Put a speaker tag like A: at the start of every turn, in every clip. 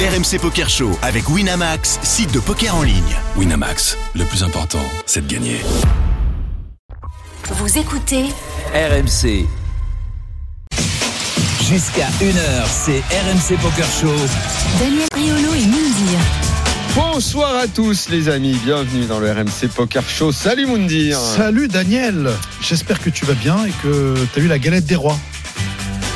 A: RMC Poker Show avec Winamax, site de poker en ligne.
B: Winamax, le plus important, c'est de gagner.
C: Vous écoutez
D: RMC. Jusqu'à 1h, c'est RMC Poker Show.
C: Daniel Riolo et Mindir.
E: Bonsoir à tous les amis, bienvenue dans le RMC Poker Show. Salut Moundir
F: Salut Daniel, j'espère que tu vas bien et que tu as eu la galette des rois.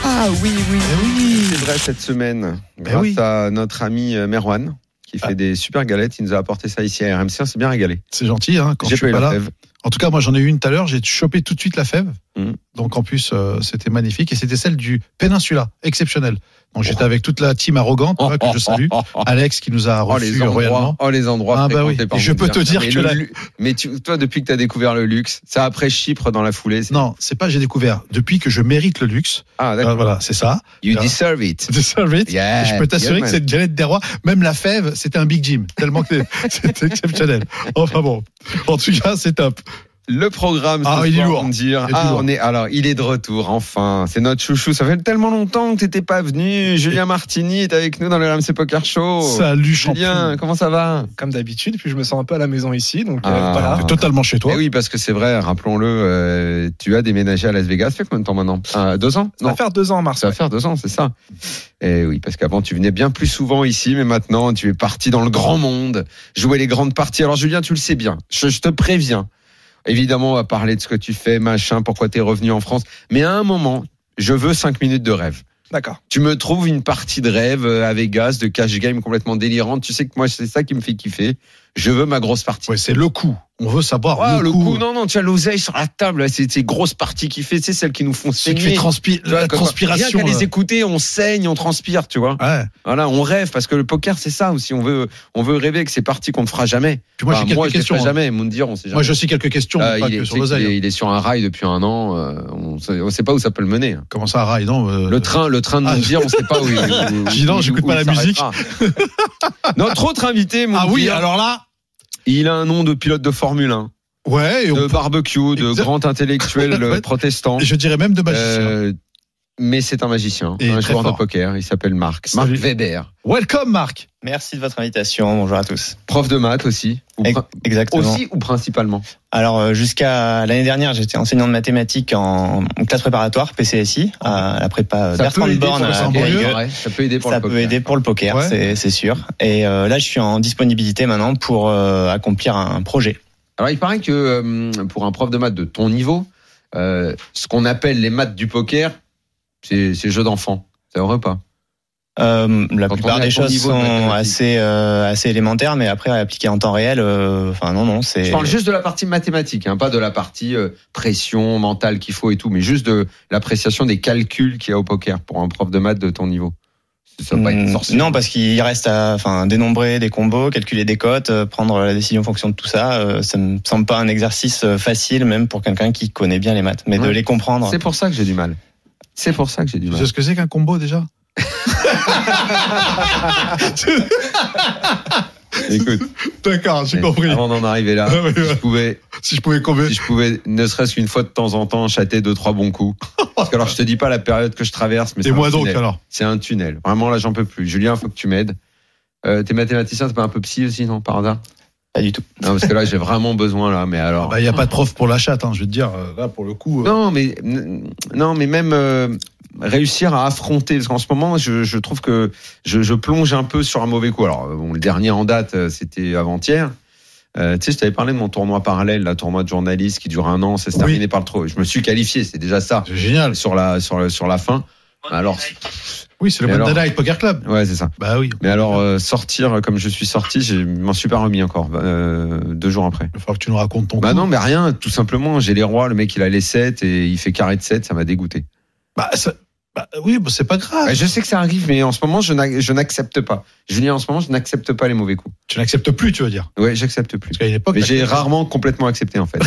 E: Ah oui, oui,
F: Eh oui.
E: C'est vrai cette semaine,
F: Ben
E: grâce
F: oui. Ah.
E: à notre ami euh, Merwan, qui fait des super galettes, il nous a apporté ça ici à RMC, on s'est bien régalé.
F: C'est gentil hein, quand je
E: J'ai pas
F: suis
E: eu
F: pas
E: la
F: là.
E: fève.
F: En tout cas, moi j'en ai eu une tout à l'heure, j'ai chopé tout de suite la fève.
E: Mhm.
F: Donc en plus, euh, c'était magnifique et c'était celle du Peninsula, exceptionnelle. Donc j'étais avec toute la team arrogante hein, que je salue. Alex qui nous a
E: Oh les
F: reçus
E: endroits,
F: royalement.
E: oh les endroits
F: Ah bah
E: fréquentés
F: oui.
E: par
F: Et je peux
E: Moundir.
F: te dire
E: Mais
F: que
E: le
F: la-
E: lu- mais tu- toi depuis que tu as découvert le luxe, ça après Chypre dans la foulée. c'est-
F: Non, c'est pas j'ai découvert. Depuis que je mérite le luxe,
E: Ah
F: euh,
E: d'accord.
F: voilà, c'est ça.
E: You
F: Ah.
E: deserve it.
F: Deserve it.
E: Yeah,
F: Et je peux
E: yeah,
F: t'assurer que
E: man.
F: cette galette des rois, même la fève, c'était un big gym, tellement que c'était exceptionnel. Enfin bon, en tout cas, c'est top.
E: Le programme,
F: Ah,
E: ce
F: il est
E: soir,
F: lourd.
E: on dire.
F: Il est
E: Ah,
F: lourd.
E: on est. Alors, il est de retour. Enfin, c'est notre chouchou. Ça fait tellement longtemps que t'étais pas venu. Julien Martini est avec nous dans le RMC Poker Show.
F: Salut champion.
E: Oh, Julien, comment ça va
G: comme d'habitude, puis je me sens un peu à la maison ici, donc euh,
E: Ah.
G: voilà.
F: T'es Totalement chez toi.
E: Eh oui, parce que c'est vrai. Rappelons-le. euh, tu as déménagé à Las Vegas. Ça fait combien de temps maintenant Ah, Deux ans
G: Ça va faire deux ans en mars.
E: Ça va faire deux ans, c'est ça. Et oui, parce qu'avant tu venais bien plus souvent ici, mais maintenant tu es parti dans le grand monde, jouer les grandes parties. Alors Julien, tu le sais bien, je, je te préviens. Évidemment, on va parler de ce que tu fais, machin, pourquoi tu es revenu en France. Mais à un moment, je veux cinq minutes de rêve.
G: D'accord.
E: Tu me trouves une partie de rêve euh, à Vegas, de cash game complètement délirante. Tu sais que moi, c'est ça qui me fait kiffer. Je veux ma grosse partie.
F: Ouais, c'est le coup. On veut savoir
E: Ah,
F: Oh, le,
E: le
F: coup.
E: coup, non, non, tu as l'oseille sur la table. là, C'est ces grosses parties qui fait, c'est celles qui nous font
F: Ce qui fait
E: saigner.
F: transpi-
E: Tu vois,
F: la
E: comme-
F: transpiration. euh.
E: Rien qu'à les
F: là.
E: écouter, on saigne, on transpire, tu vois.
F: Ouais.
E: Voilà, on rêve parce que le poker, c'est ça aussi. On veut, on veut rêver que c'est parti qu'on ne fera jamais.
F: Puis moi, j'ai
E: Enfin, Bah,
F: quelques
E: moi, je le
F: questions.
E: ferai
F: hein.
E: jamais. Moundir, on sait jamais.
F: Moi, j'ai aussi quelques questions,
E: Là,
F: mais pas
E: il,
F: que
E: est,
F: sur
E: c'est qu'il est-
F: l'oseille. hein.
E: il est sur un rail depuis un an. euh, on sait, on sait pas où ça peut le mener.
F: hein. Comment ça, rail, non euh,
E: Le train, le train de
F: ah,
E: Moundir, on sait pas où. il- où-
F: Dis donc,
E: où-
F: j'écoute
E: où
F: pas
E: il
F: la musique.
E: s'arrêtera. Notre autre invité, Moundir,
F: Ah oui, alors là.
E: il a un nom de pilote de Formule 1,
F: Ouais, et on-
E: de barbecue, de
F: Exact.
E: grand intellectuel euh,
F: Ouais.
E: protestant.
F: je dirais même de magicien.
E: Euh, mais c'est un magicien,
F: Et
E: un
F: très
E: joueur de
F: fort.
E: poker. Il s'appelle Marc. Marc
F: Salut.
E: Weber,
F: Welcome, Marc.
H: Merci de votre invitation. Bonjour à tous.
E: prof de maths aussi. ou
H: Ex-
E: prin-
H: Exactement.
E: Aussi ou principalement
H: Alors euh, jusqu'à l'année dernière, j'étais enseignant de mathématiques en en classe préparatoire PCSI à la prépa euh,
E: Ça
H: Bertrand
E: peut aider
H: Born
E: pour le
H: à
F: sanglier,
H: Périgueux.
E: Ouais, Ça peut aider pour
H: Ça
E: le
H: peut
E: poker.
H: aider pour le poker,
F: Ouais.
H: c'est- c'est sûr. Et euh, là, je suis en disponibilité maintenant pour euh, accomplir un projet.
E: Alors, il paraît que euh, pour un prof de maths de ton niveau, euh, ce qu'on appelle les maths du poker, c'est c'est jeu d'enfant. C'est vrai ou pas
H: Euh, la
E: Quand on est
H: plupart
E: à
H: des
E: ton
H: choses
E: niveau de
H: sont
E: mathématiques.
H: assez euh, assez élémentaires, mais après à appliquer en temps réel, euh, enfin non non, c'est
E: Je parle juste de la partie mathématique, hein, pas de la partie euh, pression mentale qu'il faut et tout, mais juste de l'appréciation des calculs qu'il y a au poker pour un prof de maths de ton niveau. Ça doit pas être
H: Mm,
E: sorcier.
H: Non, parce qu'il reste à enfin, dénombrer des combos, calculer des cotes, euh, prendre la décision en fonction de tout ça. euh, ça me semble pas un exercice euh, facile, même pour quelqu'un qui connaît bien les maths. Mais de
E: Ouais.
H: les comprendre.
E: C'est pour ça que j'ai du mal. C'est pour ça que j'ai du
F: Tu
E: mal.
F: sais ce que c'est qu'un combo déjà
E: Écoute,
F: D'accord, j'ai
E: mais
F: compris.
E: avant d'en arriver là,
F: Ouais, ouais,
E: si je
F: ouais.
E: pouvais
F: Si je pouvais combler.
E: si je pouvais, ne serait-ce qu'une fois de temps en temps, châter deux, trois bons coups. Parce que alors, je te dis pas la période que je traverse, mais
F: Et
E: c'est un,
F: moi donc
E: tunnel.
F: alors
E: C'est un tunnel. Vraiment, là, j'en peux plus. Julien, faut que tu m'aides. Euh, T'es mathématicien, t'es pas un peu psy aussi, non, par hasard
H: Pas du tout.
E: Non, parce que là, j'ai vraiment besoin, là, mais
F: Bah, Il
E: alors.
F: n'y a pas de prof pour la chatte, hein, je veux te dire. euh, Là, pour le coup. euh,
E: Non, mais, non, mais même euh, réussir à affronter, parce qu'en ce moment, je, je trouve que je, je plonge un peu sur un mauvais coup. Alors, bon, le dernier en date, euh, c'était avant-hier. Euh, tu sais, je t'avais parlé de mon tournoi parallèle, la tournoi de journaliste qui dure un an, ça s'est
F: Oui.
E: terminé par le trop. Je me suis qualifié, c'est déjà ça.
F: Ah, C'est génial.
E: sur la sur la- sur la fin. Alors
F: Oui, c'est le
E: Et
F: Monday
E: alors
F: Night Poker Club.
E: ouais c'est ça.
F: Bah oui,
E: Mais alors euh, sortir comme je suis sorti, je m'en suis pas remis encore euh, deux jours après.
F: il va falloir que tu nous racontes ton
E: Bah
F: coup.
E: non mais rien, tout simplement. J'ai les rois, le mec il a les 7 et il fait carré de 7, ça m'a dégoûté.
F: Bah, ça- bah oui, bah, c'est pas grave.
E: Ouais, Ah, je sais que ça arrive, mais en ce moment je n'ac- je n'accepte pas. Julien en ce moment je n'accepte pas les mauvais coups.
F: Tu n'acceptes plus, tu veux dire.
E: Ouais j'accepte plus.
F: Parce qu'à une époque.
E: Mais j'ai
F: t'acceptais.
E: rarement complètement accepté en fait.
F: Bah,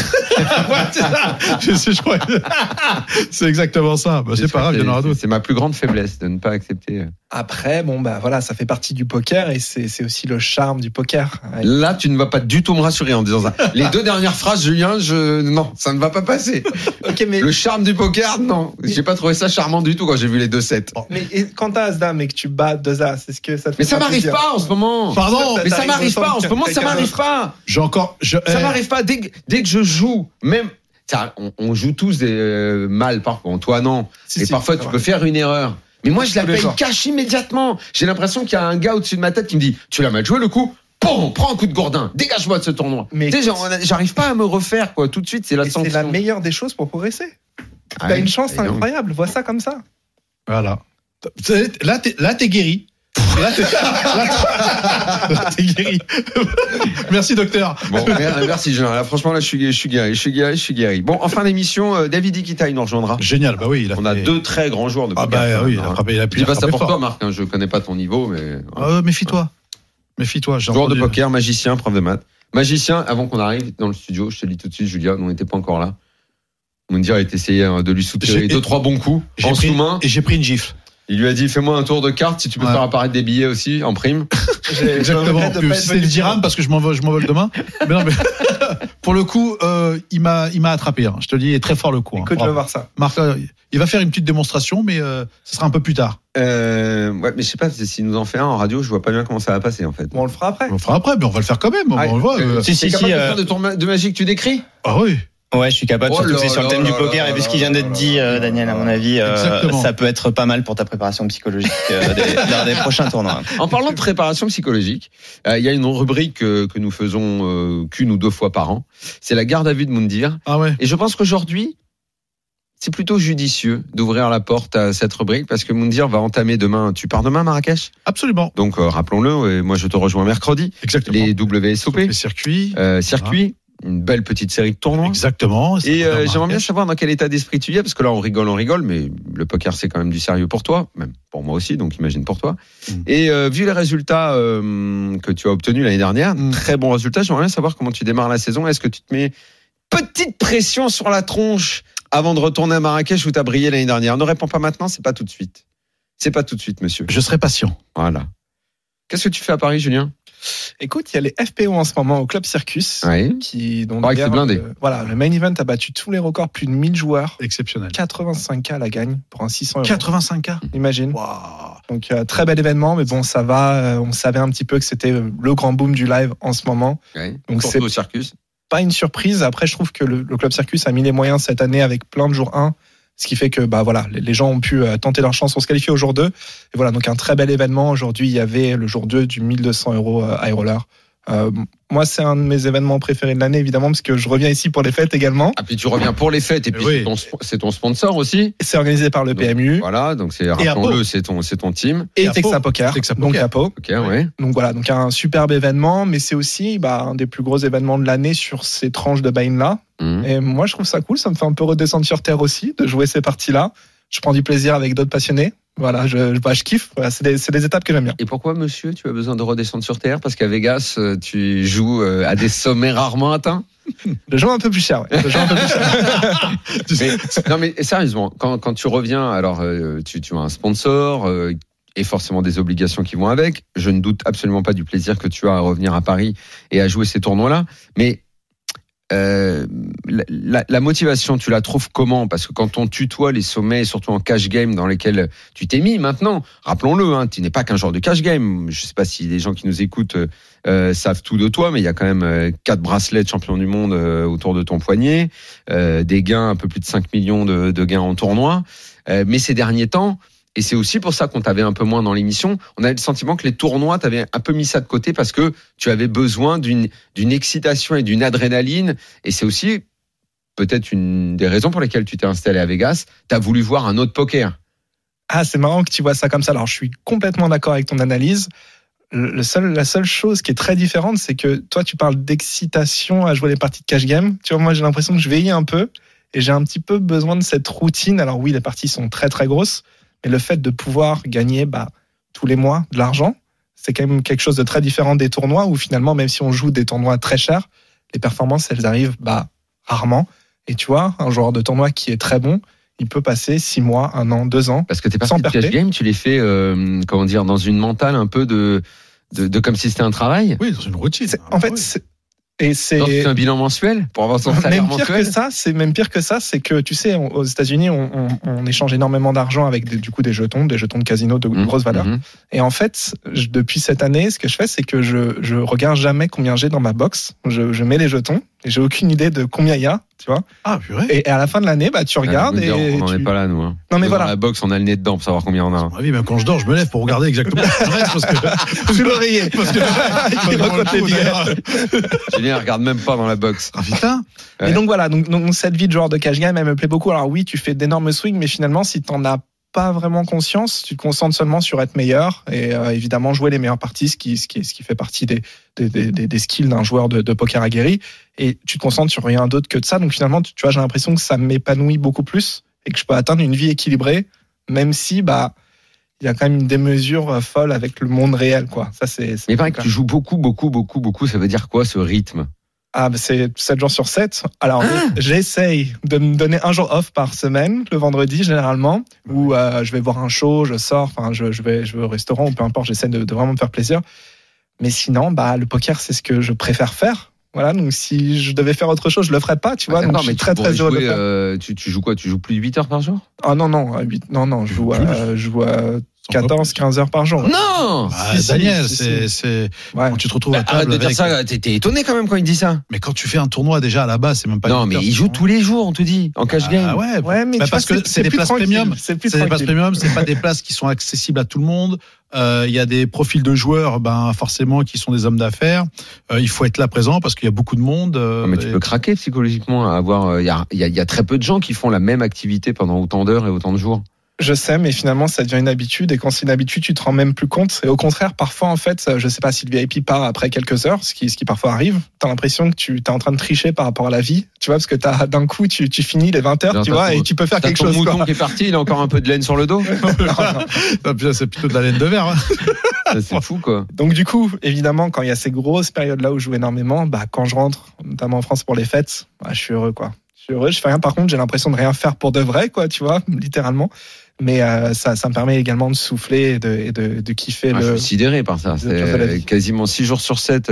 F: Ouais, c'est ça. Je sais, je crois. c'est exactement ça. Bah, c'est pas grave, il y en aura d'autres.
E: C'est ma plus grande faiblesse de ne pas accepter. euh,
G: Après, bon, bah voilà, ça fait partie du poker et c'est c'est aussi le charme du poker. Ouais.
E: Là, tu ne vas pas du tout me rassurer en disant ça. Les deux dernières phrases, Julien, je non, ça ne va pas passer.
G: Ok, mais,
E: Le charme du poker, non, j'ai pas trouvé ça charmant du tout quand j'ai vu les deux sets.
G: mais et quand t'as As-Dame et que tu bats deux As, est-ce que ça te
E: Mais
G: fait
E: ça
G: pas
E: m'arrive
G: plaisir
E: pas en ce moment.
F: Pardon,
E: Mais ça m'arrive pas en ce moment, ça
G: Quelqu'un
E: m'arrive pas.
F: j'ai encore. Je,
E: Ça
F: eh,
E: m'arrive pas dès que, dès que je joue, même. ça, on, on joue tous des, euh, mal parfois. Toi non.
G: Si,
E: et
G: si,
E: parfois
G: c'est
E: tu
G: vrai.
E: peux faire une erreur. Mais moi je la
G: Tous les
E: paye
G: jours.
E: cash immédiatement. J'ai l'impression qu'il y a un gars au-dessus de ma tête qui me dit tu l'as mal joué le coup. Bon, prends un coup de gourdin, dégage-moi de ce tournoi.
G: Mais
E: Tu sais, j'en- j'arrive pas à me refaire quoi. Tout de suite c'est la
G: Et C'est la
E: sanction.
G: meilleure des choses pour progresser.
E: Ah
G: T'as
E: oui,
G: une chance
E: énorme.
G: incroyable, vois ça comme ça.
F: Voilà. C'est- Là, t'es, là, t'es guéri. Là, t'es, là, t'es- là, t'es guéri. Merci, docteur.
E: Bon, mer- merci Julien. Là, franchement, là, je suis, je suis guéri, je suis guéri, je suis guéri. Bon, en fin d'émission, euh, David Iquitaï nous rejoindra.
F: Génial, bah oui, il a
E: On a
F: fait-
E: deux très grands joueurs de
F: Ah,
E: poker.
F: bah oui, il a
E: Hein.
F: frappé, il a
E: Je
F: pu. Ah,
E: dis pas ça pour toi, Marc. hein, je connais pas ton niveau, mais
F: méfie-toi. Méfie-toi. j'ai
E: joueur de
F: entendu-
E: poker, magicien, prof de maths. Magicien, avant qu'on arrive dans le studio, je te le dis tout de suite, Julia, on n'était pas encore là. Moundir a essayé hein, de lui
F: J'ai-
E: soutirer deux trois bons coups
F: J'ai
E: en
F: pris-
E: sous-main.
F: Et j'ai pris une gifle.
E: Il lui a dit fais-moi un tour de carte si tu peux
F: Ouais.
E: faire apparaître des billets aussi en prime.
F: Exactement.
G: de pas être
F: C'est
G: venu.
F: le dirham parce que je m'envole, je m'envole demain. Mais non, mais pour le coup, euh, il m'a, il m'a attrapé. hein. Je te le dis, il est très fort le coup. hein.
G: Écoute, je
F: Bravo.
G: veux voir ça.
F: Marc, euh, il va faire une petite démonstration, mais euh, ce sera un peu plus tard.
E: Euh, ouais, mais je sais pas s'il nous en fait un en radio, je vois pas bien comment ça va passer en fait.
G: Bon, on le fera après.
F: On le fera après, mais on va le faire quand même.
E: Ah,
F: on le voit. euh.
E: euh,
H: Si,
E: t'es
H: si,
E: capable
H: si,
E: de
H: euh,
E: faire de, ton ma- de magie que tu décris
F: Ah oui.
H: Ouais, je suis capable,
E: Oh
H: surtout
E: là
H: que c'est sur le
E: là
H: thème
E: là
H: du
E: là
H: poker
E: là
H: et vu ce qui
E: là
H: vient d'être
E: là
H: dit, euh, Daniel, à mon avis, euh,
F: Exactement.
H: ça peut être pas mal pour ta préparation psychologique euh, des, lors des prochains tournois.
E: En parlant de préparation psychologique, euh, il y a une rubrique euh, que nous faisons euh, qu'une ou deux fois par an. C'est la garde à vue de Moundir.
F: Ah ouais.
E: Et je pense qu'aujourd'hui, c'est plutôt judicieux d'ouvrir la porte à cette rubrique parce que Moundir va entamer demain. Tu pars demain à Marrakech
F: Absolument.
E: Donc euh, rappelons-le, et moi je te rejoins mercredi.
F: Exactement.
E: Les WSOP,
F: Les circuits.
E: euh, circuit, une belle petite série de tournois.
F: Exactement.
E: Et euh, j'aimerais bien
F: Marrakech.
E: savoir dans quel état d'esprit tu y es, parce que là on rigole, on rigole, mais le poker c'est quand même du sérieux pour toi, même pour moi aussi, donc imagine pour toi.
F: Mm.
E: Et euh, vu les résultats euh, que tu as obtenus l'année dernière,
F: Mm.
E: très bons résultats, j'aimerais bien savoir comment tu démarres la saison. Est-ce que tu te mets petite pression sur la tronche avant de retourner à Marrakech où tu as brillé l'année dernière Ne réponds pas maintenant, c'est pas tout de suite. C'est pas tout de suite, monsieur.
F: Je serai patient.
E: Voilà. Qu'est-ce que tu fais à Paris, Julien
G: Écoute, il y a les FPO en ce moment au Club Circus.
E: Oui.
G: Qui, dont
E: Paraît que
G: d'ailleurs,
E: c'est blindé.
G: euh, voilà, le main event a battu tous les records, plus de 1000 joueurs.
F: Exceptionnel.
G: 85K la gagne pour un 600 euros.
F: 85K.
G: Imagine. Donc euh, très bel événement, mais bon, ça va. euh, on savait un petit peu que c'était euh, le grand boom du live en ce moment.
E: Donc
G: Donc,
E: c'est
G: c'est-
E: au circus.
G: Pas une surprise. Après, je trouve que le, le Club Circus a mis les moyens cette année avec plein de jours 1, ce qui fait que bah voilà, les, les gens ont pu euh, tenter leur chance pour se qualifier au jour 2. Et voilà, donc un très bel événement. Aujourd'hui, il y avait le jour 2 du 1200 euros euh, high roller. Euh, moi, c'est un de mes événements préférés de l'année, évidemment, parce que je reviens ici pour les fêtes également.
E: Ah puis tu reviens pour les fêtes et puis
F: Oui.
E: c'est ton sp- c'est ton sponsor aussi.
G: C'est organisé par le
E: Donc,
G: PMU
E: Voilà, donc c'est
F: à
E: rappelons-le,
F: Pau.
E: c'est ton c'est ton team.
G: et,
F: et à
G: Texas
F: Pau.
G: Poker,
F: Texas
G: donc
F: Poker.
G: à Pau.
E: Ok, ouais.
G: Donc voilà, donc un superbe événement, mais c'est aussi bah, un des plus gros événements de l'année sur ces tranches de buy là.
E: Mhm.
G: Et moi, je trouve ça cool, ça me fait un peu redescendre sur terre aussi de jouer ces parties-là. Je prends du plaisir avec d'autres passionnés. Voilà, je, je- bah, je kiffe. Voilà, c'est des, c'est des étapes que j'aime bien.
E: Et pourquoi, monsieur, tu as besoin de redescendre sur terre Parce qu'à Vegas, euh, tu joues euh, à des sommets rarement atteints.
G: Le jeu est un peu plus cher. ouais. Le jeu est un peu plus cher.
E: Mais- non, mais sérieusement, quand, quand tu reviens, alors euh, tu, tu as un sponsor euh, et forcément des obligations qui vont avec. Je ne doute absolument pas du plaisir que tu as à revenir à Paris et à jouer ces tournois-là. Mais euh, la, la- la motivation, tu la trouves comment Parce que quand on tutoie les sommets, et surtout en cash game dans lesquels tu t'es mis maintenant, rappelons-le, hein, tu n'es pas qu'un genre de cash game. Je ne sais pas si les gens qui nous écoutent euh, euh, savent tout de toi, mais il y a quand même euh, quatre bracelets de champion du monde euh, autour de ton poignet euh, des gains, un peu plus de 5 millions de, de gains en tournoi. Euh, mais ces derniers temps, et c'est aussi pour ça qu'on t'avait un peu moins dans l'émission, on avait le sentiment que les tournois, t'avais un peu mis ça de côté parce que tu avais besoin d'une d'une excitation et d'une adrénaline. Et c'est aussi peut-être une des raisons pour lesquelles tu t'es installé à Vegas. Tu as voulu voir un autre poker.
G: Ah, c'est marrant que tu vois ça comme ça. Alors, je suis complètement d'accord avec ton analyse. Le le seul, la seule chose qui est très différente, c'est que toi, tu parles d'excitation à jouer les parties de cash game. Tu vois, moi, j'ai l'impression que je vieillis un peu et j'ai un petit peu besoin de cette routine. Alors oui, les parties sont très, très grosses, mais le fait de pouvoir gagner bah, tous les mois de l'argent, c'est quand même quelque chose de très différent des tournois où finalement, même si on joue des tournois très chers, les performances, elles arrivent bah, rarement. Et tu vois, un joueur de tournoi qui est très bon, il peut passer 6 mois, 1 an, 2 ans.
E: Parce que t'es
G: Sans
E: parti de
G: perpé.
E: cash game, tu les fais, euh, comment dire, dans une mentale un peu de, de, de comme si c'était un travail.
F: Oui, dans une routine.
G: C'est-
F: Ah,
G: En fait,
F: oui.
G: c'est- et
E: Genre, tu
G: c'est
E: fais un bilan mensuel pour avoir son salaire
G: même pire que
E: mensuel.
G: ça, c'est même pire que ça, c'est que tu sais, on- aux États-Unis, on, on- on échange énormément d'argent avec des- du coup des jetons, des jetons de casino de
E: Mmh,
G: grosse valeur.
E: mhm.
G: Et en fait, je- depuis cette année, ce que je fais, c'est que je, je regarde jamais combien j'ai dans ma box. Je, je mets les jetons et j'ai aucune idée de combien il y a, tu vois.
F: Ah, purée.
G: Et, et à la fin de l'année, bah, tu regardes
E: Ah,
G: et.
E: on n'en
G: tu-
E: est pas là, nous. hein.
G: Non, mais
E: Nous,
G: voilà.
E: Dans la box, on a le nez dedans pour savoir combien on a. hein.
F: Ah oui, même quand je dors, je me lève pour regarder exactement. Arrête, parce que. Sous l'oreiller. Parce que.
G: Il raconte les billets.
E: Julien elle regarde même pas dans la box.
F: Ah putain.
E: Ouais.
G: Et donc voilà, donc, donc cette vie de joueur de cash game, elle me plaît beaucoup. Alors oui, tu fais d'énormes swings, mais finalement, si t'en as pas vraiment conscience, tu te concentres seulement sur être meilleur et euh, évidemment jouer les meilleures parties, ce qui, ce qui, ce qui fait partie des, des, des- des- des skills d'un joueur de, de poker aguerri. Et tu te concentres sur rien d'autre que de ça. Donc finalement, tu, tu vois, j'ai l'impression que ça m'épanouit beaucoup plus et que je peux atteindre une vie équilibrée, même si bah il y a quand même une démesure euh, folle avec le monde réel, quoi. Ça c'est. c'est-
E: Mais pareil que tu joues beaucoup, beaucoup, beaucoup, beaucoup, ça veut dire quoi ce rythme
G: Ah, bah, c'est 7 jours sur 7. Alors,
F: Ah.
G: j'essaye de me donner un jour off par semaine, le vendredi généralement, où euh, je vais voir un show, je sors, enfin, je, je vais, je vais au restaurant ou peu importe, j'essaie de, de vraiment me faire plaisir. Mais sinon, bah, le poker, c'est ce que je préfère faire. Voilà, donc si je devais faire autre chose, je le ferais pas, tu vois.
E: Ah,
G: donc,
E: d'accord,
G: je suis
E: mais
G: très,
E: tu
G: très
E: pourrais
G: heureux de le
E: jouer,
G: faire.
E: euh, tu, tu joues quoi Tu joues plus de 8 heures par jour
F: euh,
G: Ah non, non, à huit- non, non, je joue, à- je joue à 14, 15 heures par jour.
E: Non
F: Ah,
G: Si, si,
F: Daniel,
G: si,
F: c'est. c'est-
G: Ouais.
F: Quand tu te retrouves à
E: Bah, Arrête
F: table.
E: de dire
F: avec-
E: ça, t'es t'es étonné quand même quand il dit ça.
F: Mais quand tu fais un tournoi déjà à la base, c'est même pas.
E: non,
F: une
E: mais
F: heure,
E: il
F: tu
E: joue
F: vois.
E: tous les jours, on te dit, en cash game.
F: Ah ouais,
G: Ouais, mais
F: Bah,
G: tu
F: parce
G: vois,
F: que c'est des
G: plus
F: places
G: tranquille,
F: premium.
G: C'est plus
F: C'est des places
G: tranquille.
F: premium, c'est pas des places qui sont accessibles à tout le monde. Euh, Il y a des profils de joueurs, ben forcément, qui sont des hommes d'affaires. Euh, il faut être là présent parce qu'il y a beaucoup de monde. euh,
E: Non, Ah, mais tu
F: et-
E: peux craquer psychologiquement à avoir. euh, Il y a, y a- y a très peu de gens qui font la même activité pendant autant d'heures et autant de jours.
G: Je sais, mais finalement, ça devient une habitude. Et quand c'est une habitude, tu te rends même plus compte. Et au contraire, parfois, en fait, je sais pas si le VIP part après quelques heures, ce qui, ce qui parfois arrive. T'as l'impression que tu t'es en train de tricher par rapport à la vie. Tu vois, parce que t'as, d'un coup, tu, tu finis les 20 heures,
E: Non,
G: tu
E: t'as
G: vois,
E: ton-
G: et tu peux faire
E: T'as
G: Ah, quelque
E: ton
G: chose.
E: mouton
G: quoi.
E: qui est parti, il a encore un peu de laine sur le dos.
F: Ah, putain, c'est plutôt de la laine de verre. hein.
E: Ça, C'est fou quoi.
G: Donc, du coup, évidemment, quand il y a ces grosses périodes-là où je joue énormément, bah, quand je rentre, notamment en France pour les fêtes, bah, je suis heureux, quoi. Je suis heureux. Je fais rien. Par contre, j'ai l'impression de rien faire pour de vrai, quoi, tu vois, littéralement. Mais euh, ça, ça me permet également de souffler et de, et de, de kiffer
E: Ah, je
G: le.
E: suis sidéré par ça.
G: le-
E: C'est
G: le-
E: euh, quasiment 6 jours sur 7,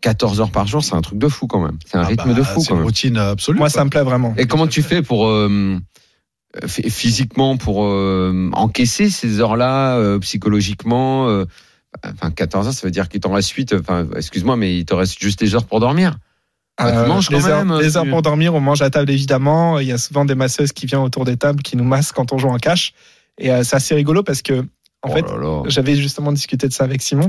E: 14 heures par jour, c'est un truc de fou quand même. C'est un
F: Ah,
E: rythme
F: bah,
E: de fou
F: C'est
E: quand
F: une
E: même.
F: routine absolue.
G: Moi,
F: quoi.
G: ça me plaît vraiment.
E: Et comment tu fais pour. euh, phy- physiquement pour euh, encaisser ces heures-là, euh, psychologiquement euh, Enfin, 14 heures, ça veut dire qu'il t'en reste 8. Enfin, excuse-moi, mais il te reste juste les heures pour dormir. Ah, tu manges quand
G: Euh, les heures,
E: même, hein,
G: les
E: tu-
G: heures pour dormir, on mange à table évidemment. Il y a souvent des masseuses qui viennent autour des tables qui nous massent quand on joue en cash. Et euh, c'est assez rigolo parce que, en
E: Oh
G: fait,
E: là là.
G: j'avais justement discuté de ça avec Simon.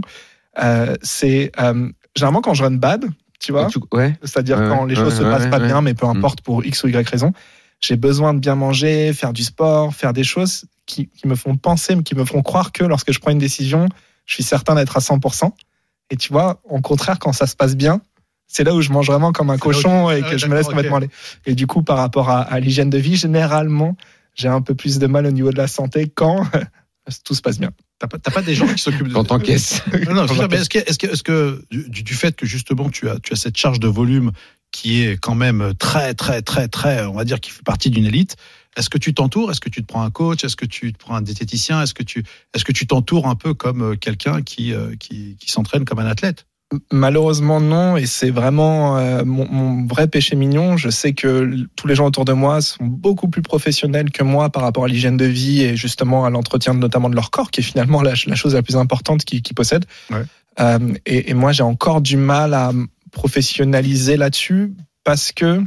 G: Euh, c'est euh, généralement quand je run bad, tu vois,
E: Et tu- Ouais.
G: c'est-à-dire
E: Ouais,
G: quand les
E: ouais,
G: choses se
E: ouais,
G: passent pas
E: ouais, Mm.
G: bien, mais peu importe pour X ou Y raison, j'ai besoin de bien manger, faire du sport, faire des choses qui, qui me font penser, mais qui me font croire que lorsque je prends une décision, je suis certain d'être à 100%. Et tu vois, au contraire, quand ça se passe bien, c'est là où je mange vraiment comme un
F: C'est là où tu-
G: cochon et
F: Ah
G: que
F: ouais,
G: je me laisse
F: d'accord,
G: complètement aller. Et du coup, par rapport à, à l'hygiène de vie, généralement, j'ai un peu plus de mal au niveau de la santé quand tout se passe bien.
F: T'as pas, t'as pas des gens qui s'occupent de.
E: Quand t'encaisses.
F: Non, non, c'est ça, mais est-ce que, est-ce que, est-ce que du, du fait que justement tu as, tu as cette charge de volume qui est quand même très, très, très, très, on va dire, qui fait partie d'une élite, est-ce que tu t'entoures Est-ce que tu te prends un coach Est-ce que tu te prends un diététicien Est-ce que tu, est-ce que tu t'entoures un peu comme euh, quelqu'un qui, euh, qui, qui s'entraîne comme un athlète
G: Malheureusement non, et c'est vraiment euh, mon, mon vrai péché mignon. Je sais que l- tous les gens autour de moi sont beaucoup plus professionnels que moi par rapport à l'hygiène de vie et justement à l'entretien de- notamment de leur corps, qui est finalement la, ch- la chose la plus importante qu'ils qu'ils possèdent.
F: Ouais.
G: Euh, et, et moi j'ai encore du mal à me professionnaliser là-dessus parce que,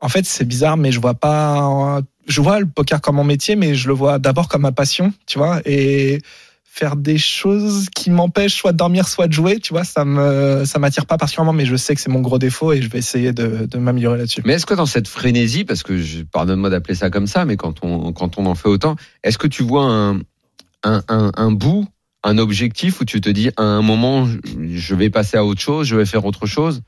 G: en fait c'est bizarre, mais je vois pas... Je vois le poker comme mon métier, mais je le vois d'abord comme ma passion, tu vois. Et faire des choses qui m'empêchent soit de dormir, soit de jouer, tu vois, ça me ça m'attire pas particulièrement, mais je sais que c'est mon gros défaut et je vais essayer de, de m'améliorer là-dessus.
E: Mais est-ce que dans cette frénésie, parce que je pardonne-moi d'appeler ça comme ça, mais quand on, quand on en fait autant, est-ce que tu vois un, un, un, un bout, un objectif où tu te dis à un moment, je- je vais passer à autre chose, je vais faire autre chose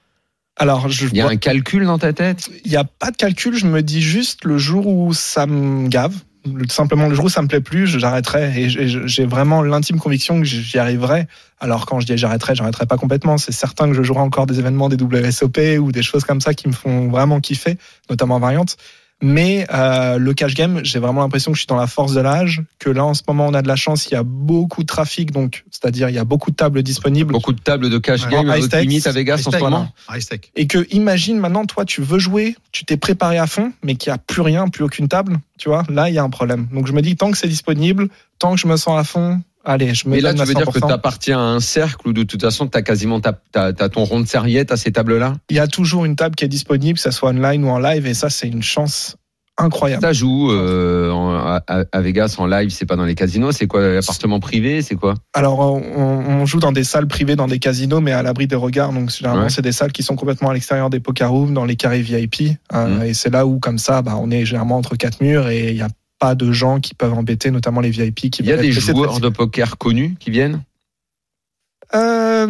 G: Alors, je
E: Il y a un calcul dans ta tête
G: il n'y a pas de calcul, je me dis juste le jour où ça me gave, le- simplement le jour où ça me plaît plus, je- j'arrêterai. Et j'ai- j'ai vraiment l'intime conviction que j'y arriverai. Alors quand je dis j'arrêterai, j'arrêterai pas complètement. C'est certain que je jouerai encore des événements des WSOP ou des choses comme ça qui me font vraiment kiffer, notamment en variante. Mais euh, le cash game, j'ai vraiment l'impression que je suis dans la force de l'âge, que là en ce moment on a de la chance, il y a beaucoup de trafic, donc c'est-à-dire il y a beaucoup de tables disponibles.
E: Beaucoup de tables de cash
F: Ouais.
E: game, à
G: High
E: votre
G: stakes,
E: limite à Vegas en ce moment.
F: High-tech.
G: Et que imagine maintenant, toi tu veux jouer, tu t'es préparé à fond, mais qu'il n'y a plus rien, plus aucune table, tu vois, là il y a un problème. Donc je me dis tant que c'est disponible, tant que je me sens à fond, allez, je me
E: Mais là,
G: donne
E: tu
G: à
E: veux dire que
G: 100%.
E: tu appartiens à un cercle où de toute façon, tu as quasiment ta, ta- ta- ton rond de serviette à ces tables-là
G: Il y a toujours une table qui est disponible, que ce soit online ou en live, et ça c'est une chance incroyable.
E: Ça joue euh, en- à, à Vegas en live, c'est pas dans les casinos, c'est quoi L'appartement privé, c'est quoi
G: Alors, on, on joue dans des salles privées, dans des casinos, mais à l'abri des regards. Donc, généralement,
E: Ouais.
G: c'est des salles qui sont complètement à l'extérieur des poker rooms, dans les carrés VIP. Euh,
E: Mhm.
G: Et c'est là où, comme ça, bah, on est généralement entre quatre murs et il n'y a pas de gens qui peuvent embêter, notamment les VIP qui
E: Il y a
G: veulent
E: des
G: être pressés de
E: joueurs de poker connus qui viennent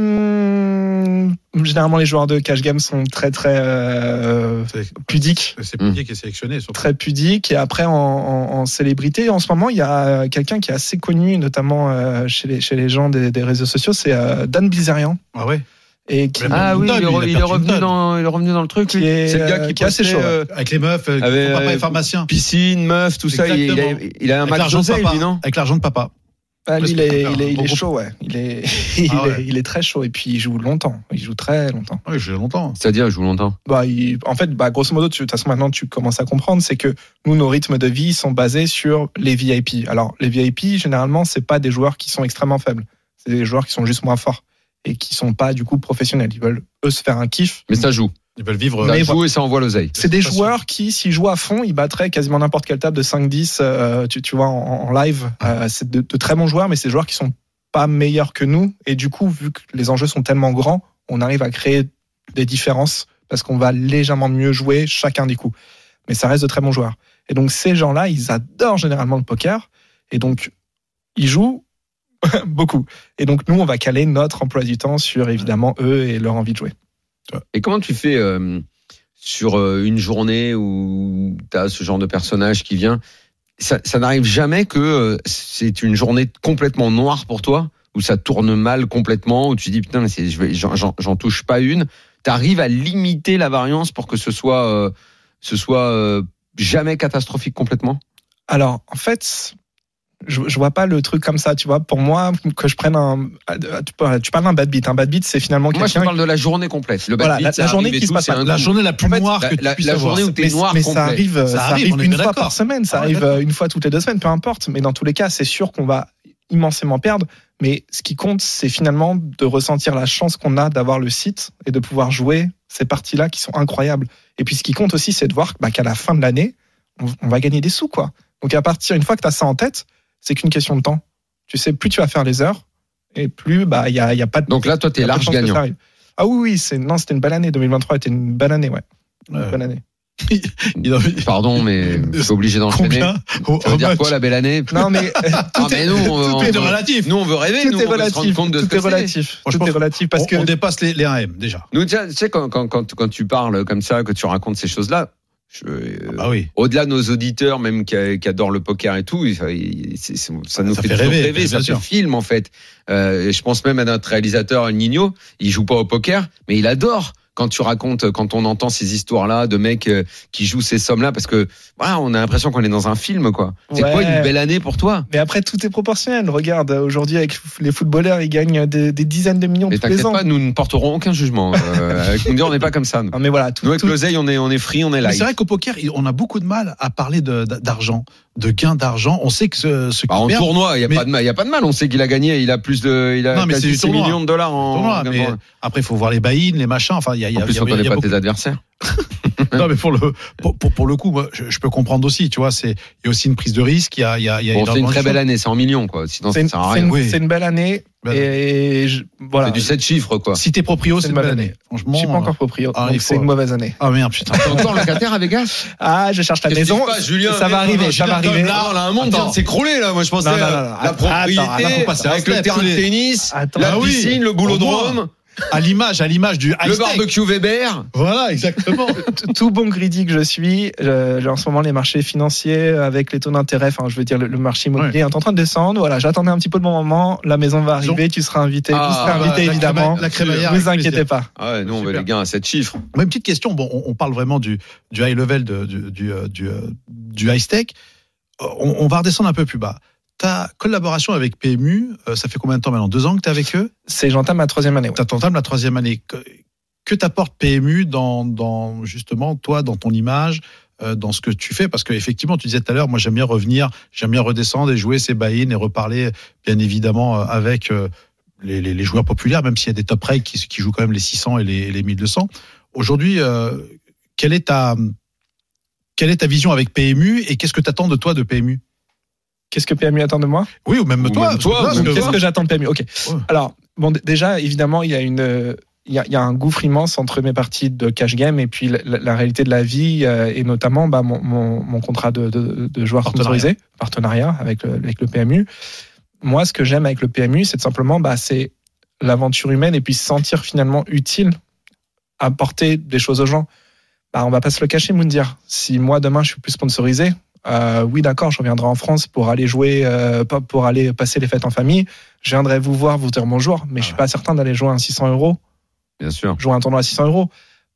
G: Euh, généralement, les joueurs de cash game sont très, très euh,
F: C'est-
G: pudiques.
F: C'est
E: Hmm.
F: Pouillet qui est sélectionné. surtout.
G: Très pudiques. Et après, en, en- en célébrité, en ce moment, il y a quelqu'un qui est assez connu, notamment euh, chez, les, chez les gens des, des réseaux sociaux, c'est euh, Dan Bilzerian.
F: Ah ouais.
G: Et qui,
F: Mais bon,
E: Ah
F: une
E: oui,
F: tonne,
E: il, est
F: il a
E: re- il est
F: perdu une
E: revenu
F: tonne.
E: dans, il est revenu dans le truc.
G: Qui
E: lui.
G: est,
E: C'est le gars
G: euh,
E: qui,
G: qui est assez
E: postait,
G: chaud, ouais.
E: euh,
F: Avec les meufs, euh,
E: Avec,
F: qui sont papa
E: euh,
F: et pharmacien.
E: piscine, meuf, tout ça. Il, il a,
F: Exactement.
E: il a un
F: Avec
E: match
F: l'argent de
E: d'oseille,
F: papa.
E: lui, non
F: Avec l'argent de papa.
G: Ah, lui, il est,
F: Parce que-
G: il est, il
F: en
G: est
F: gros-
G: chaud, ouais. Il est, il,
F: Ah ouais.
G: est, il est très chaud et puis il joue longtemps. Il joue très longtemps.
F: Oui, j'ai longtemps.
E: C'est-à-dire, je vous l'entends.
G: Bah, il- en fait, bah, grosso modo, tu- de toute façon, maintenant, tu commences à comprendre, c'est que nous, nos rythmes de vie sont basés sur les VIP. Alors, les VIP, généralement, c'est pas des joueurs qui sont extrêmement faibles. C'est des joueurs qui sont juste moins forts et qui sont pas, du coup, professionnels. Ils veulent, eux, se faire un kiff.
E: Mais ça joue.
F: Ils veulent vivre.
E: Ça
F: euh,
E: joue et ça envoie l'oseille.
G: C'est des
F: pas sûr.
G: joueurs qui, s'ils jouent à fond, ils battraient quasiment n'importe quelle table de 5-10, euh, tu, tu vois, en, en live. Euh, c'est de, de très bons joueurs, mais c'est des joueurs qui sont pas meilleurs que nous. Et du coup, vu que les enjeux sont tellement grands, on arrive à créer des différences parce qu'on va légèrement mieux jouer chacun des coups. Mais ça reste de très bons joueurs. Et donc, ces gens-là, ils adorent généralement le poker. Et donc, ils jouent beaucoup. Et donc, nous, on va caler notre emploi du temps sur, évidemment, eux et leur envie de jouer.
E: Et comment tu fais euh, sur euh, une journée où tu as ce genre de personnage qui vient Ça, ça n'arrive jamais que euh, c'est une journée complètement noire pour toi, où ça tourne mal complètement, où tu dis putain, mais c'est- je vais- j'en- j'en j'en touche pas une. Tu arrives à limiter la variance pour que ce soit, euh, ce soit euh, jamais catastrophique complètement
G: Alors, en fait, je, je vois pas le truc comme ça, tu vois. Pour moi, que je prenne un. Tu parles tu parles d'un bad beat. Un bad beat, c'est finalement
E: Moi, je te
G: quelqu'un.
E: parle de la journée complète. Le
G: Voilà,
E: bad
G: la-
E: beat, Bah, ça
G: la journée
E: arrive et
G: qui se
E: tout,
G: passe
E: c'est
G: pas.
E: un
F: La
E: coup.
F: journée la plus
G: En fait,
F: noire que
E: la-
F: tu puisses
E: la
F: avoir.
E: journée où t'es
G: mais,
E: noir
G: mais
E: complet.
G: ça arrive, euh,
F: Ça
G: ça
F: arrive,
G: arrive
F: on est
G: une
F: bien
G: fois
F: d'accord.
G: par semaine, ça
F: Ah,
G: arrive
F: d'accord.
G: euh, une fois toutes les deux semaines, peu importe. Mais dans tous les cas, c'est sûr qu'on va immensément perdre. Mais ce qui compte, c'est finalement de ressentir la chance qu'on a d'avoir le site et de pouvoir jouer ces parties-là qui sont incroyables. Et puis ce qui compte aussi, c'est de voir bah, qu'à la fin de l'année, on, on va gagner des sous, quoi. Donc à partir, une fois que tu as ça en tête, c'est qu'une question de temps. Tu sais, plus tu vas faire les heures, et plus bah il y a, il y a pas de.
E: Donc là, toi,
G: il
E: t'es
G: y a pas de
E: large
G: chance que ça
E: gagnant.
G: arrive. Ah oui, oui, c'est non, c'était une belle année. 2023 était une belle année, ouais. Une
F: Ouais.
G: bonne année.
F: Il en-
E: Pardon, mais je suis obligé d'enchaîner.
F: Combien au,
E: Ça veut
F: au
E: dire
F: match
E: quoi la belle année
G: Non, mais euh,
E: Ah,
G: tout
E: mais
G: est,
E: nous, on,
F: Tout
E: on-
F: est relatif.
E: nous, on veut rêver, nous,
G: tout est
E: on veut se rendre
G: relatif.
E: compte de ce
G: Tout
E: que
G: est
E: c'est.
G: relatif.
F: Moi, je
G: Tout
F: pense
G: est relatif parce
F: on,
G: que
F: on dépasse les, les 1M déjà.
E: Nous, tiens, tu sais, quand, quand, quand, quand tu parles comme ça, que tu racontes ces choses-là, je- euh,
F: Ah oui.
E: au-delà de nos auditeurs, même qui, qui adorent le poker et tout, ça, il- c'est- c'est- ça nous
F: Ça
E: fait,
F: fait
E: toujours
F: rêver, bien
E: ça
F: sûr.
E: fait film en fait. Euh, et je pense même à notre réalisateur Nino, il joue pas au poker, mais il adore quand tu racontes, quand on entend ces histoires-là de mecs euh, qui jouent ces sommes-là, parce que voilà, on a l'impression qu'on est dans un film, quoi. C'est
G: Ouais.
E: quoi une belle année pour toi
G: mais après tout est proportionnel. Regarde aujourd'hui avec les footballeurs, ils gagnent des, des dizaines de millions
E: Mais
G: tous les
E: t'inquiète
G: ans.
E: pas, nous ne porterons aucun jugement. Euh, avec Moundir, on n'est pas comme ça. nous.
G: Non, mais voilà, tout,
E: Nous, avec
G: tout-
E: l'oseille, on est, on est free, on est
F: Mais c'est
E: live.
F: vrai qu'au poker, il- on a beaucoup de mal à parler de- d'argent, de, gains d'argent. On sait que ce, ce qui
E: Bah, en
F: perd-
E: tournoi, il n'y a,
F: mais-
E: pas de mal- il y a pas de mal. On sait qu'il a gagné, il a plus de. Il a
F: Non, mais
E: quasi
F: c'est du
E: 6
F: tournoi.
E: millions de dollars en.
F: tournoi,
E: en-
F: mais après, il faut voir les buy-in, les machins. Enfin, il y a, il y
E: en
F: a- il y
E: plus,
F: a-
E: on ne
F: il y a
E: connaît pas
F: beaucoup-
E: tes adversaires.
F: Non, mais pour le, pour, pour, pour le coup, moi, je, je peux comprendre aussi. Tu vois, c'est il y a aussi une prise de risque. Il y a, il y a, il y a
E: Bon, c'est une
F: énormément de
E: très
F: choses.
E: belle année, c'est en millions, quoi. Sinon,
G: c'est
E: ça
G: une,
E: sert à
G: c'est
E: rien. Bah,
G: une-
F: Oui.
G: c'est une belle année
F: Belle
G: et je-
E: C'est
G: voilà.
E: du hein. 7 chiffres, quoi.
F: Si t'es proprio, c'est une belle année.
G: Je
F: Franchement.
G: suis pas encore proprio,
F: Ah, il
G: donc c'est
F: faut-
G: une mauvaise année.
F: Ah merde, putain.
E: T'es encore locataire à Vegas
G: Ah, je cherche la
E: Qu'est-ce
G: maison.
E: qui se passe, Julien
G: ça
E: Non,
G: va arriver,
E: non,
G: ça va
E: Julien,
G: arriver.
E: comme Là, là, un monde
F: Attends.
E: vient de s'écrouler, là. Moi, je pensais
G: Non, non, non,
E: euh,
G: non.
E: la
G: Attends,
E: propriété,
G: attends,
F: faut passer un
E: avec le
F: step,
E: terrain
F: tous
E: de
F: les-
E: tennis,
G: Attends.
E: la
F: Ah oui,
E: piscine, le
F: au moins.
E: boulodrome.
F: à l'image, à l'image du high
E: Le
F: steak.
E: barbecue Weber.
F: Voilà, exactement.
G: Tout- tout bon greedy que je suis, euh, en ce moment, les marchés financiers euh, avec les taux d'intérêt, enfin, je veux dire, le, le marché immobilier est en train de descendre. Voilà, j'attendais un petit peu le bon moment. La maison va
F: Ils ont-
G: arriver, tu seras invité.
E: Ah,
G: tu seras
E: bah,
G: invité,
F: la
G: évidemment.
F: créma- la crémaillère
G: Ne
F: avec
G: vous inquiétez
F: plaisir.
G: pas.
E: Ah ouais, non, mais
F: Super.
E: les gars, à 7 chiffres.
F: Moi, une petite question. Bon, on, on parle vraiment du, du high level, de- du, du, euh, du, euh, du high tech. On, on va redescendre un peu plus bas. Ta collaboration avec PMU, euh, ça fait combien de temps maintenant Deux ans que tu es avec eux
G: C'est, j'entame ma troisième année. ouais.
F: Tu la troisième année. Que, que t'apporte PMU dans, dans, justement, toi, dans ton image euh, dans ce que tu fais, parce qu'effectivement, tu disais tout à l'heure, moi j'aime bien revenir, j'aime bien redescendre et jouer ces buy-in et reparler, bien évidemment, euh, avec euh, les, les- les joueurs populaires, même s'il y a des top rates qui, qui jouent quand même les 600 et les, et les 1200. Aujourd'hui, euh, quelle, est ta, quelle est ta vision avec PMU et qu'est-ce que tu attends de toi de PMU
G: Qu'est-ce que PMU attend de moi
F: Oui, ou même
E: Ou
F: toi
E: même
F: parce
E: toi,
F: que-
E: ou même
F: parce que-
G: Qu'est-ce que j'attends de PMU Ok.
F: Ouais.
G: Alors, bon, d- déjà, évidemment, il y a une. euh, Il y, a, il y a un gouffre immense entre mes parties de cash game et puis la, la- la réalité de la vie euh, et notamment bah, mon, mon- mon contrat de, de, de joueur
F: Partenariat.
G: sponsorisé, partenariat avec le, avec le PMU. Moi, ce que j'aime avec le PMU, c'est de simplement bah, c'est l'aventure humaine et puis se sentir finalement utile, apporter des choses aux gens. Bah, on va pas se le cacher, Moundir. Si moi demain je suis plus sponsorisé, euh, oui d'accord, je reviendrai en France pour aller jouer, euh, pas- pour aller passer les fêtes en famille. Je viendrai vous voir, vous dire bonjour, mais je suis pas certain d'aller jouer un 600 euros,
E: Bien sûr.
G: jouer un tournoi à 600 euros,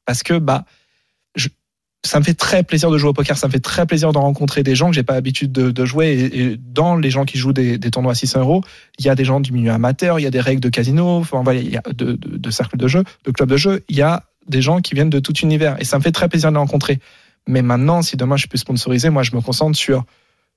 G: parce que bah, je- ça me fait très plaisir de jouer au poker, ça me fait très plaisir de rencontrer des gens que j'ai pas l'habitude de, de jouer. Et, et dans les gens qui jouent des, des tournois à 600 euros, il y a des gens du milieu amateur, il y a des règles de casino, enfin, voilà, il y a de, de, de cercles de jeu, de clubs de jeu, il y a des gens qui viennent de tout univers, et ça me fait très plaisir de les rencontrer. Mais maintenant, si demain je suis plus sponsorisé, moi je me concentre sur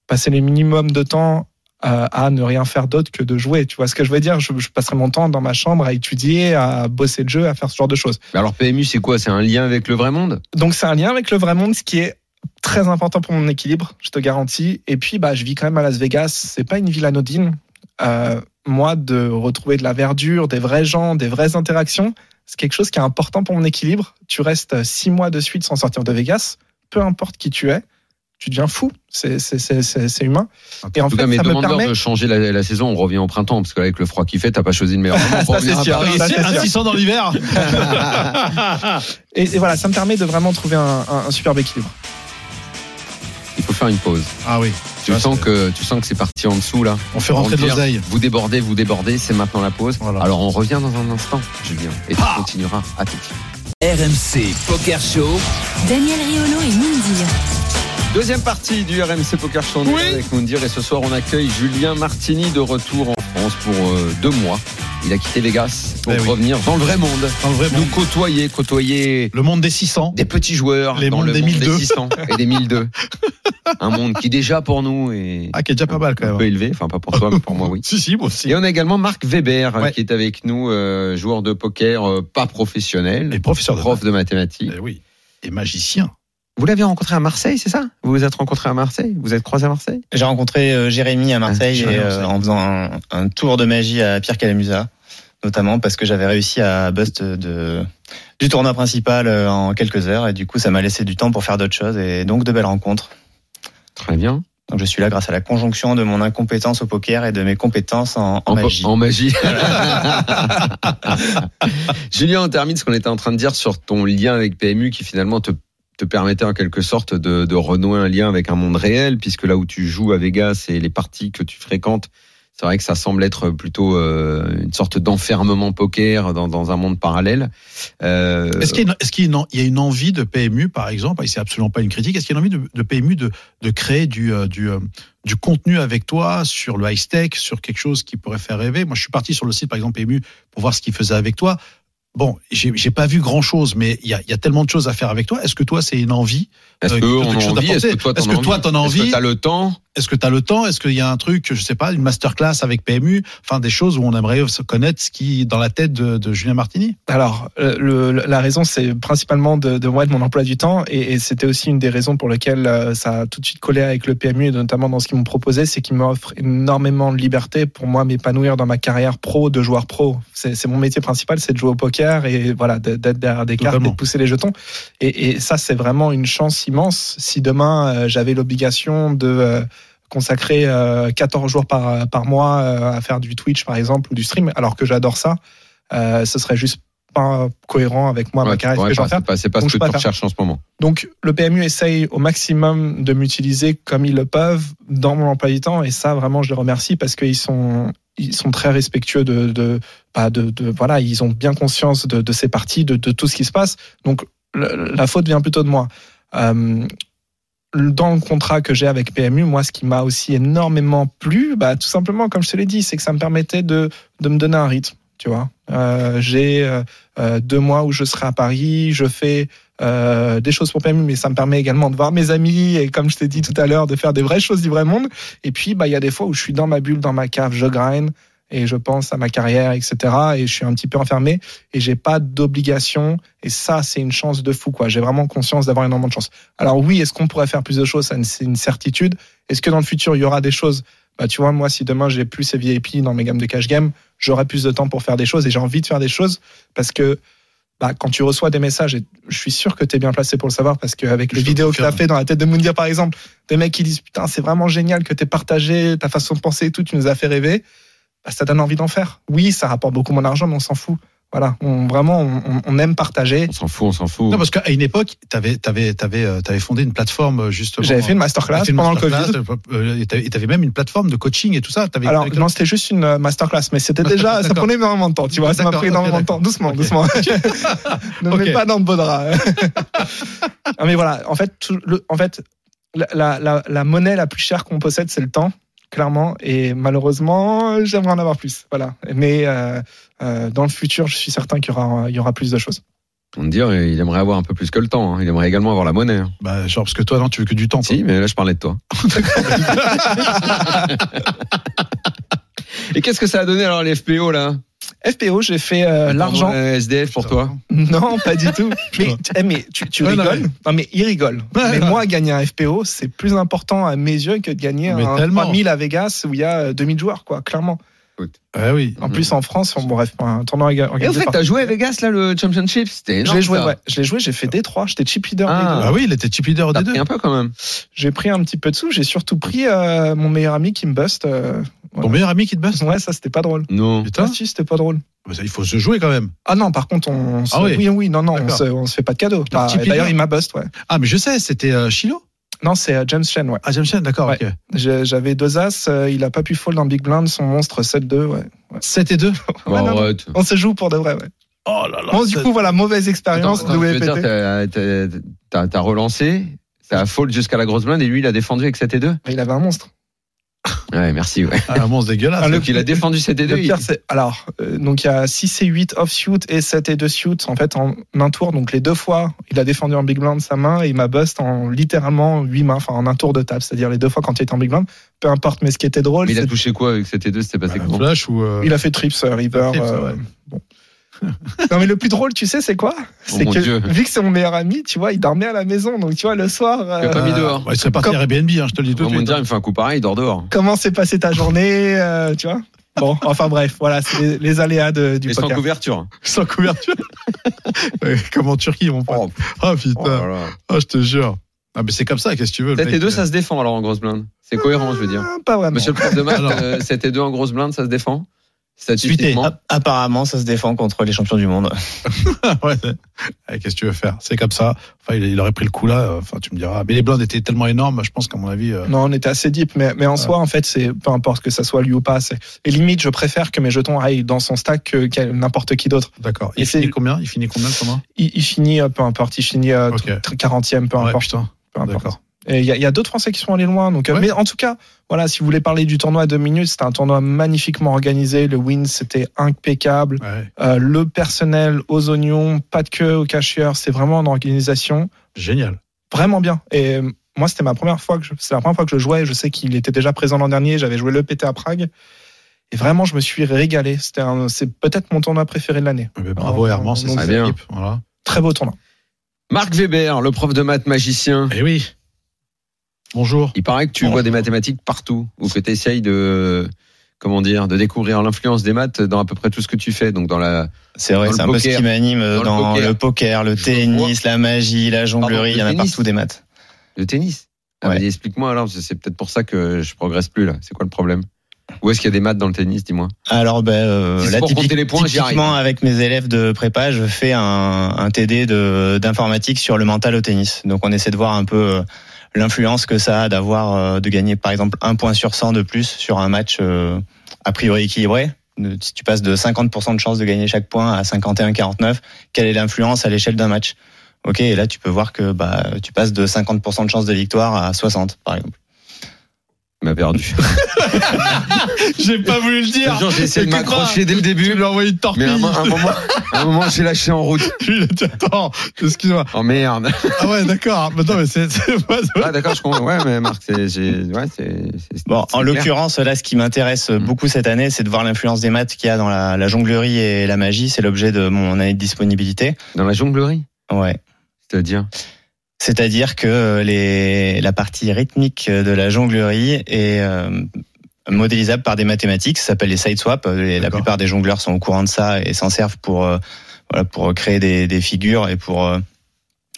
G: passer les minimums de temps euh, à ne rien faire d'autre que de jouer. Tu vois ce que je veux dire je, je passerai mon temps dans ma chambre à étudier, à bosser le jeu, à faire ce genre de choses.
E: Mais alors, PMU, c'est quoi C'est un lien avec le vrai monde
G: Donc c'est un lien avec le vrai monde, ce qui est très important pour mon équilibre, je te garantis. Et puis bah, je vis quand même à Las Vegas, c'est pas une ville anodine. Euh, moi, de retrouver de la verdure, des vrais gens, des vraies interactions, c'est quelque chose qui est important pour mon équilibre. Tu restes six mois de suite sans sortir de Vegas, peu importe qui tu es, tu deviens fou, c'est c'est- c'est- c'est- c'est humain. Et en,
E: En tout
G: fait,
E: cas, mes
G: ça me
E: demandeurs
G: permet...
E: de changer la, la saison, on revient au printemps, parce que là, avec le froid qui fait, t'as pas choisi le meilleur moment pour
G: Ça, c'est
E: revenir à
G: sûr.
E: Paris.
G: Ça, c'est
F: Un
G: sûr.
F: 600 dans l'hiver
G: Et, et voilà, ça me permet de vraiment trouver un, un- un superbe équilibre.
E: Il faut faire une pause.
F: Ah oui,
E: Tu
F: Ça,
E: sens
F: c'est-
E: que tu sens que c'est parti en dessous là.
F: on fait rentrer de
E: Pour dire,
F: l'oseille.
E: Vous débordez, vous débordez, c'est maintenant la pause.
F: Voilà. Ah
E: Alors on revient dans un instant, Julien, et tu continueras à tout. de suite.
D: RMC Poker Show.
C: Daniel Riolo et Mindir.
E: Deuxième partie du RMC Poker Show on est là avec Moundir et ce soir on accueille Julien Martini de retour en France pour euh, deux mois. Il a quitté Vegas pour
F: Eh oui.
E: revenir dans le vrai monde.
F: Dans le vrai
E: Nous
F: monde.
E: côtoyer, côtoyer
F: Le monde des 600.
E: des petits joueurs
F: Les
E: dans
F: mondes
E: le
F: des
E: monde
F: 1002.
E: des 600 et des 1002. Un monde qui déjà pour nous est
F: Ah, qui est déjà pas mal quand
E: un
F: même.
E: peu élevé, enfin pas pour toi mais pour moi oui.
F: Si, si, moi aussi.
E: Et on a également Marc Weber
F: Ouais.
E: qui est avec nous, euh, joueur de poker euh, pas professionnel,
F: Les professeurs de
E: prof de mathématiques.
F: Eh oui. Et magicien.
E: Vous l'avez rencontré à Marseille, c'est ça Vous vous êtes rencontré à Marseille Vous êtes croisé à Marseille
H: J'ai rencontré euh, Jérémy à Marseille
E: Ah, Jérémy
H: et,
E: à
H: euh,
E: Marseille.
H: en faisant un, un tour de magie à Pierre Calamusa, notamment parce que j'avais réussi à bust de, du tournoi principal euh, en quelques heures et du coup ça m'a laissé du temps pour faire d'autres choses et donc de belles rencontres.
E: Très bien.
H: Donc je suis là grâce à la conjonction de mon incompétence au poker et de mes compétences en, en
E: En, po-
H: magie.
E: en magie. Julien, on termine ce qu'on était en train de dire sur ton lien avec PMU qui finalement te, te permettait en quelque sorte de, de renouer un lien avec un monde réel, puisque là où tu joues à Vegas et les parties que tu fréquentes, c'est vrai que ça semble être plutôt euh, une sorte d'enfermement poker dans, dans un monde parallèle. Euh,
F: Est-ce qu'il y, a une- est-ce qu'il y a une- il y a une envie de PMU, par exemple, et c'est absolument pas une critique, est-ce qu'il y a une envie de, de PMU de, de créer du, euh, du, euh, du contenu avec toi sur le high-tech, sur quelque chose qui pourrait faire rêver Moi, je suis parti sur le site, par exemple, PMU, pour voir ce qu'il faisait avec toi. Bon, j'ai j'ai pas vu grand-chose, mais il y a, il y a tellement de choses à faire avec toi. Est-ce que toi, c'est une envie
E: Est-ce
F: Euh,
E: que
F: quelque
E: on
F: chose
E: en
F: d'apporté.
E: envie Est-ce que toi t'en
F: Est-ce que toi, t'en as
E: envie Est-ce
F: envie Ah,
E: que t'as le temps
F: Est-ce que tu as le temps Est-ce qu'il y a un truc, je sais pas, une masterclass avec PMU Enfin, des choses où on aimerait se connaître ce qui est dans la tête de, de Julien Martini
G: Alors, euh, le- le- la raison, c'est principalement de, de moi et de mon emploi du temps, et, et c'était aussi une des raisons pour lesquelles euh, ça a tout de suite collé avec le PMU, et notamment dans ce qu'ils m'ont proposé, c'est qu'ils m'offrent énormément de liberté pour moi m'épanouir dans ma carrière pro de joueur pro. C'est c'est mon métier principal, c'est de jouer au poker et voilà d- d'être derrière des cartes et
F: Totalement.
G: de pousser les jetons. Et, et ça, c'est vraiment une chance immense. Si demain euh, j'avais l'obligation de euh, consacrer euh, 14 jours par, par mois euh, à faire du Twitch par exemple ou du stream, alors que j'adore ça, euh, ce serait juste pas cohérent avec moi, ma
F: bah,
E: Ouais,
G: carrière, ce
E: ouais,
G: que je vais en
E: c'est
G: faire.
E: pas- c'est pas ce
G: Donc,
E: que
G: je
E: tu
G: peux pas faire.
E: recherches en ce moment.
G: Donc, le PMU essaye au maximum de m'utiliser comme ils le peuvent dans mon emploi du temps. Et ça, vraiment, je les remercie parce qu'ils sont, ils sont très respectueux de, de, bah, de, de- voilà, ils ont bien conscience de, de ces parties, de, de tout ce qui se passe. Donc, le- la faute vient plutôt de moi. Euh, dans le contrat que j'ai avec PMU, moi, ce qui m'a aussi énormément plu, bah, tout simplement, comme je te l'ai dit, c'est que ça me permettait de, de me donner un rythme. Tu vois, Euh, j'ai euh, euh, deux mois où je serai à Paris, je fais euh, des choses pour PMU, mais ça me permet également de voir mes amis et, comme je t'ai dit tout à l'heure, de faire des vraies choses du vrai monde. Et puis, bah, il y a des fois où je suis dans ma bulle, dans ma cave, je grind et je pense à ma carrière, etc. Et je suis un petit peu enfermé et j'ai pas d'obligation. Et ça, c'est une chance de fou, quoi. J'ai vraiment conscience d'avoir énormément de chance. Alors oui, est-ce qu'on pourrait faire plus de choses Ça, C'est une certitude. Est-ce que dans le futur, il y aura des choses bah, tu vois, moi, si demain j'ai plus ces VIP dans mes gammes de cash game, j'aurai plus de temps pour faire des choses et j'ai envie de faire des choses parce que bah, quand tu reçois des messages, et je suis sûr que tu es bien placé pour le savoir parce qu'avec
F: Je
G: les
F: te
G: vidéos que tu as
F: confirme.
G: fait dans la tête de Moundir, par exemple, des mecs qui disent Putain, c'est vraiment génial que tu partagé ta façon de penser et tout, tu nous as fait rêver, bah, ça donne envie d'en faire. Oui, ça rapporte beaucoup moins d'argent, mais on s'en fout. Voilà, on, vraiment, on, on- on aime partager.
E: On s'en fout, on s'en fout.
F: Non, parce qu'à une époque, t'avais, t'avais, t'avais, euh, t'avais fondé une plateforme, euh, justement.
G: J'avais fait une masterclass
F: T'avais fait une
G: pendant le Covid.
F: masterclass, euh, Et t'avais, et t'avais même une plateforme de coaching et tout ça. T'avais,
G: Alors
F: t'avais-
G: non, c'était juste une euh, masterclass, mais c'était
F: Masterclass,
G: déjà, ça
F: d'accord.
G: prenait énormément de temps, tu vois, ça m'a
F: D'accord,
G: pris
F: ok,
G: énormément de temps,
F: d'accord.
G: doucement,
F: Ok.
G: doucement. ne me mets
F: Ok.
G: pas dans le beau drap. Non, mais voilà, en fait, tout le, en fait, la, la, la, la monnaie la plus chère qu'on possède, c'est le temps, clairement, et malheureusement, euh, j'aimerais en avoir plus, voilà. Mais euh, euh, dans le futur, je suis certain qu'il y aura, il y aura plus de choses.
E: On te dire, il aimerait avoir un peu plus que le temps. hein. Il aimerait également avoir la monnaie. hein.
F: Bah, genre, parce que toi, non, tu veux que du temps.
E: Si, mais là, je parlais de toi. Et qu'est-ce que ça a donné alors les FPO là
G: FPO, j'ai fait euh,
E: Attends,
G: l'argent.
E: euh, SDF pour toi.
G: Non, pas du tout. mais, tu- eh, mais tu, tu
F: Ouais, non,
G: rigoles. Non, mais il rigole.
F: Ouais,
G: mais
F: ouais.
G: moi, gagner un FPO, c'est plus important à mes yeux que de gagner
F: Mais
G: un
F: tellement.
G: 3000 à Vegas où il y a euh, 2000 joueurs, quoi, clairement.
F: quoi. Ouais, oui.
G: En plus, en France, on, bref, un tournoi orga-
E: Et en
G: organisé
E: fait,
G: par-
E: t'as joué à Vegas là le championship, c'était
G: Je
E: énorme.
G: l'ai joué,
E: ça.
G: ouais. Je l'ai joué, j'ai fait des trois, j'étais chip leader des
E: Ah.
G: deux.
F: Bah oui, il était type leader
E: T'as
F: des deux.
E: pris un peu quand même.
G: J'ai pris un petit peu de sous, j'ai surtout pris euh, mon meilleur ami qui me bust. euh,
F: Ton meilleur ami qui te bosse.
G: Ouais, ça, c'était pas drôle.
E: Non.
F: Putain.
G: Ah, si, c'était pas drôle.
F: Bah, ça, il faut se jouer quand même.
G: Ah non, par contre, on se...
F: Ah oui.
G: oui, oui, non, non, on
F: D'accord.
G: se, on se fait pas de cadeau.
F: Ton petit
G: D'ailleurs,
F: leader.
G: il m'a bust, ouais.
F: Ah, mais je sais, c'était euh, Chilo.
G: Non, c'est euh, James Chen, ouais.
F: Ah, James Chen, d'accord.
G: Ouais.
F: ok.
G: Je- J'avais deux as, euh, il a pas pu fall dans Big Blind, son monstre 7-2. Ouais.
F: 7 et 2.
E: Bon,
G: Ouais, non, non.
E: arrête.
G: On se joue pour de vrai. Ouais.
F: Oh là là.
G: Bon, du
F: sept-
G: coup, voilà, mauvaise
E: Attends,
G: expérience de
E: attends, tu veux dire,
G: WPT.
E: t'as- t'as- t'as t'as relancé, t'as fold jusqu'à la grosse blinde et lui il a défendu avec 7 et 2
G: Il avait un monstre.
E: Ouais, merci. Ouais.
F: Ah, bon, c'est dégueulasse.
E: Donc il a défendu 7 et 2
G: Le pire, c'est. Alors, euh, donc il y a 6 et 8 off-shoot et 7 et 2 shoot en fait en un tour. Donc les deux fois, il a défendu en Big Blind sa main et il m'a bust en littéralement 8 mains, enfin en un tour de table. C'est-à-dire les deux fois quand il était en Big Blind. Peu importe, mais ce qui était drôle,
E: Mais il a
G: c'est-
E: touché quoi avec 7 et 2 C'était passé
F: Un
E: comment
F: Bah, flash ou. euh,
G: il a fait trips, euh, river.
F: Trips,
G: euh,
F: ouais.
G: bon. non mais le plus drôle, tu sais, c'est quoi C'est
E: mon
G: que
E: Dieu.
G: vu que c'est mon meilleur ami, tu vois, il dormait à la maison, donc tu vois le soir.
E: Il a
G: euh,
E: pas mis dehors.
F: bah, il serait parti
G: Comme-
F: à Airbnb, hein, je te le dis tout
E: Tout
F: de
E: le monde
F: suite.
E: dire, il me fait un coup pareil, il dort dehors.
G: comment s'est passée ta journée, euh, tu vois Bon, enfin bref, voilà, c'est les, les aléas de- du
E: Et sans
G: poker.
E: couverture.
F: hein. Sans couverture. Ouais, Comme en Turquie, mon pote.
E: Oh,
F: Ah putain,
E: oh là là.
F: Ah, je te jure. Ah mais c'est comme ça, qu'est-ce que tu veux le
E: 7 et
F: mec,
E: 2,
F: euh,
E: ça se défend alors en grosse blinde. C'est cohérent, je veux dire.
G: Ah, Pas vraiment.
E: Monsieur le prof de
F: Alors.
E: maths, euh, 7 et 2 en grosse blinde, ça se défend
H: Suité.
E: Statistiquement.
H: App- Apparemment, ça se défend contre les champions du monde.
F: ouais, c'est- Eh, qu'est-ce que tu veux faire C'est comme ça. Enfin, il, il aurait pris le coup là. euh, Enfin, tu me diras. Mais les blindes étaient tellement énormes, je pense qu'à mon avis. euh,
G: Non, on était assez deep, mais, mais en soi, en fait, c'est peu importe que ça soit lui ou pas. c'est- Et limite, je préfère que mes jetons aillent dans son stack que quel- n'importe qui d'autre.
F: D'accord.
G: Et
F: Il
G: c'est-
F: finit combien Il finit combien comment
G: Il, il finit, euh, peu importe, il finit euh,
F: Ok.
G: 40e, peu
F: Ouais,
G: importe.
F: putain.
G: peu importe.
F: D'accord.
G: Et il y a, il y a d'autres Français qui sont allés loin. Donc, euh,
F: Ouais.
G: Mais en tout cas, voilà, si vous voulez parler du tournoi à deux minutes, c'était un tournoi magnifiquement organisé. Le win, c'était impeccable.
F: Ouais.
G: Euh, le personnel aux oignons, pas de queue aux cacheurs. C'est vraiment une organisation
F: Génial.
G: vraiment bien. Et euh, moi, c'était ma première fois que je, c'est la première fois que je jouais. Je sais qu'il était déjà présent l'an dernier. J'avais joué le PT à Prague. Et vraiment, je me suis régalé. C'était un- c'est peut-être mon tournoi préféré de l'année.
F: Eh ben, bravo
G: Ah,
F: Herman, c'est
G: donc,
F: ça.
E: Oh, c'est bien.
F: l'équipe, Voilà.
G: Très beau tournoi.
E: Marc Weber, le prof de maths magicien.
F: Eh oui. Bonjour.
E: Il paraît que tu
F: Bon.
E: vois des mathématiques partout ou que tu essayes de comment dire de découvrir l'influence des maths dans à peu près tout ce que tu fais. Donc dans la
H: C'est vrai,
E: Dans
H: c'est
E: le
H: un peu ce
E: poker.
H: qui m'anime euh,
E: Dans le
H: dans,
E: poker.
H: le poker, le
E: Je
H: tennis, la magie, la
E: Pardon,
H: jonglerie,
E: le
H: il y en a
E: tennis.
H: partout des maths.
E: le tennis. Ah,
H: Ouais.
E: mais explique-moi alors, parce que c'est peut-être pour ça que je progresse plus là. C'est quoi le problème Où est-ce qu'il y a des maths dans le tennis, dis-moi
H: Alors, ben, euh,
E: Si c'est
H: là,
E: pour
H: typique-
E: compter les points, j'y arrive.
H: typiquement, avec mes élèves de prépa, je fais un, un TD de- d'informatique sur le mental au tennis. Donc, on essaie de voir un peu euh, l'influence que ça a d'avoir, euh, de gagner, par exemple, un point sur 100 de plus sur un match euh, a priori équilibré. De- Si tu passes de 50% de chance de gagner chaque point à 51-49, quelle est l'influence à l'échelle d'un match Ok, et là, tu peux voir que bah, tu passes de 50% de chance de victoire à 60, par exemple.
E: Il m'a perdu.
G: J'ai pas voulu le dire.
E: Genre, j'ai essayé de
G: Écoute pas.
E: m'accrocher dès le
G: Tu
E: début,
G: lui as envoyé une
E: mais
G: torpille.
E: à un, mo- un moment, à un moment, j'ai lâché en route.
G: Il a dit, Attends, excuse-moi.
E: Oh merde.
G: Ah ouais, d'accord. Mais non, mais c'est c'est pas ça.
E: Ah d'accord, je comprends. Ouais, mais Marc, c'est, j'ai- ouais, c'est, c'est-
H: Bon,
E: c'est
H: en
E: clair. Mm.
H: l'occurrence, là, ce qui m'intéresse euh, beaucoup cette année, c'est de voir l'influence des maths qu'il y a dans la, la jonglerie et la magie. C'est l'objet de mon année de disponibilité.
E: dans la jonglerie,
H: Ouais.
E: c'est-à-dire.
H: C'est-à-dire que euh, les, la partie rythmique de la jonglerie est euh, modélisable par des mathématiques. Ça s'appelle les side swaps. Et La
F: D'accord.
H: plupart des jongleurs sont au courant de ça et s'en servent pour, euh, voilà, pour créer des, des figures et pour euh,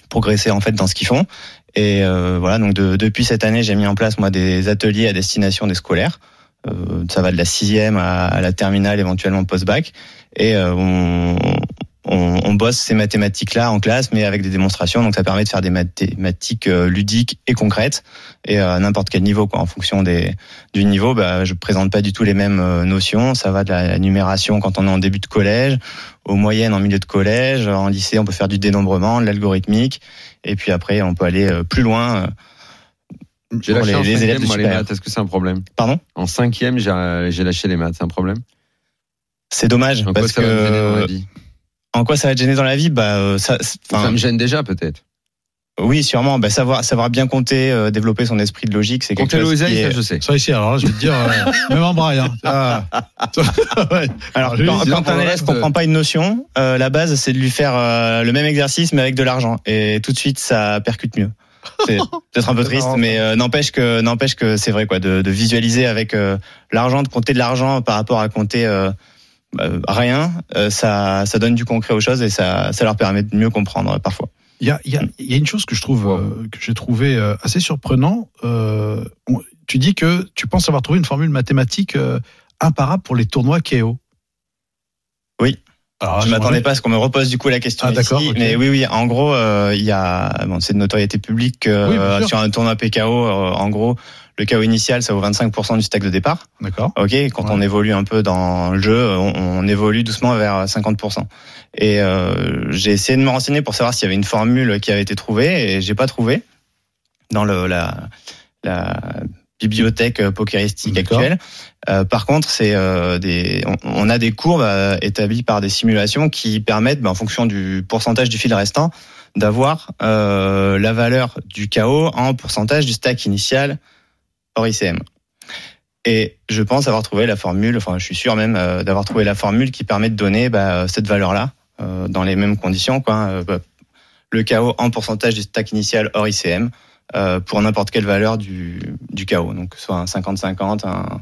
H: progresser en fait dans ce qu'ils font. Et euh, voilà, donc de- depuis cette année, j'ai mis en place moi des ateliers à destination des scolaires. Euh, ça va de la sixième à, à la terminale, éventuellement post-bac. Et euh, on, on, on bosse ces mathématiques-là en classe, mais avec des démonstrations. Donc ça permet de faire des mathématiques euh, ludiques et concrètes, et euh, à n'importe quel niveau. Quoi. En fonction des, du niveau, bah, je présente pas du tout les mêmes euh, notions. Ça va de la, la numération quand on est en début de collège, aux moyennes en milieu de collège, en lycée on peut faire du dénombrement, de l'algorithmique, et puis après on peut aller euh, plus loin. euh,
E: J'ai
H: pour
E: lâché
H: les-
E: en
H: les élèves
E: cinquième,
H: de
E: moi, les
H: supérieur.
E: maths. Est-ce que c'est un problème
H: Pardon
E: En cinquième, j'ai, j'ai lâché les maths. C'est un problème
H: C'est dommage
E: En quoi
H: parce
E: ça
H: que
E: va me gêner dans la vie
H: en quoi ça va te gêner dans la vie Bah euh, ça, c'est-
E: Ça
H: enfin,
E: me gêne déjà peut-être.
H: oui sûrement. Bah, savoir savoir bien compter, euh, développer son esprit de logique, c'est quelque
E: Compter
H: chose. qui
E: l'oseille,
H: est-
E: ça je sais.
F: Ça ici, alors là, je vais te dire, euh, même en braille. Hein. Ah. Ouais.
H: Alors,
F: Lui,
H: quand,
F: sinon,
H: quand
F: pour
H: un
F: le
H: élève
F: reste,
H: comprend pas une notion, euh, la base, c'est de lui faire euh, le même exercice, mais avec de l'argent. Et tout de suite, ça percute mieux. C'est peut-être un peu
G: C'est
H: triste,
G: marrant,
H: mais euh, n'empêche que n'empêche que c'est vrai quoi, de, de visualiser avec euh, l'argent, de compter de l'argent par rapport à compter euh, bah, rien, euh, ça ça donne du concret aux choses et ça ça leur permet de mieux comprendre euh, parfois.
F: Il y a, il y a- il y a une chose que je trouve euh, que j'ai trouvé euh, assez surprenant. Euh, on- tu dis que tu penses avoir trouvé une formule mathématique euh, imparable pour les tournois Ah, KO.
H: Oui.
F: Alors,
H: je m'attendais pas à ce qu'on me repose du coup la question
F: Ah,
H: ici,
F: d'accord, ok.
H: mais oui oui, en gros, euh, il y a bon, c'est de notoriété publique que,
F: Oui, bien
H: euh,
F: sûr.
H: sur un tournoi PKO, euh, en gros, le KO initial, ça vaut 25% du stack de départ.
F: D'accord.
H: Ok, quand
F: Ouais.
H: on évolue un peu dans le jeu, on, on évolue doucement vers 50%. Et euh, j'ai essayé de me renseigner pour savoir s'il y avait une formule qui avait été trouvée et j'ai pas trouvé dans le, la, la bibliothèque euh, pokéristique
F: D'accord.
H: actuelle. Euh, par contre, c'est euh, des, on, on a des courbes euh, établies par des simulations qui permettent, ben, en fonction du pourcentage du fil restant, d'avoir euh, la valeur du KO en pourcentage du stack initial hors ICM. Et je pense avoir trouvé la formule, enfin je suis sûr même euh, d'avoir trouvé la formule qui permet de donner bah, euh, cette valeur-là euh, dans les mêmes conditions, quoi. hein, euh, bah, le KO en pourcentage du stack initial hors ICM euh, pour n'importe quelle valeur du, du KO, donc soit un 50-50, un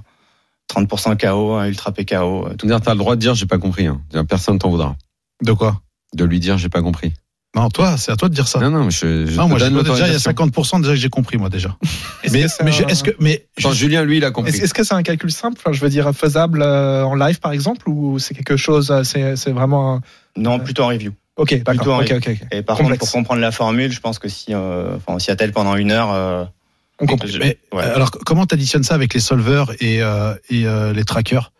H: 30% KO, un ultra PKO, euh, tout.
E: Tout dire, t'as le droit de dire j'ai pas compris. hein. Personne t'en voudra.
F: De quoi
E: De lui dire j'ai pas compris.
F: Non, toi, c'est à toi de dire ça.
E: Non non, mais je, je
F: Non,
E: te
F: moi, je
E: donne
F: dois- déjà, il y a
E: l'autorisation.
F: 50% déjà que j'ai compris, moi, déjà.
G: Est-ce
F: mais
G: que c'est
F: mais
G: un-
F: je- est-ce que. Mais,
E: Attends, Julien, lui, il a
G: Est-ce
E: compris.
G: est-ce que c'est un calcul simple Enfin, Je veux dire, faisable euh, en live, par exemple, ou c'est quelque chose, euh, c'est c'est vraiment. un-
H: Non, plutôt en review.
G: Ok,
H: Plutôt en
G: d'accord. Ok, ok, ok.
H: Et par contre,
G: Complexe.
H: pour comprendre la formule, je pense que si euh, enfin, on s'y attelle pendant une heure, euh,
G: On comprend.
H: je-
F: mais,
H: ouais. Bah,
F: euh, alors, comment t'additionnes ça avec les solveurs et, euh, et euh, les trackers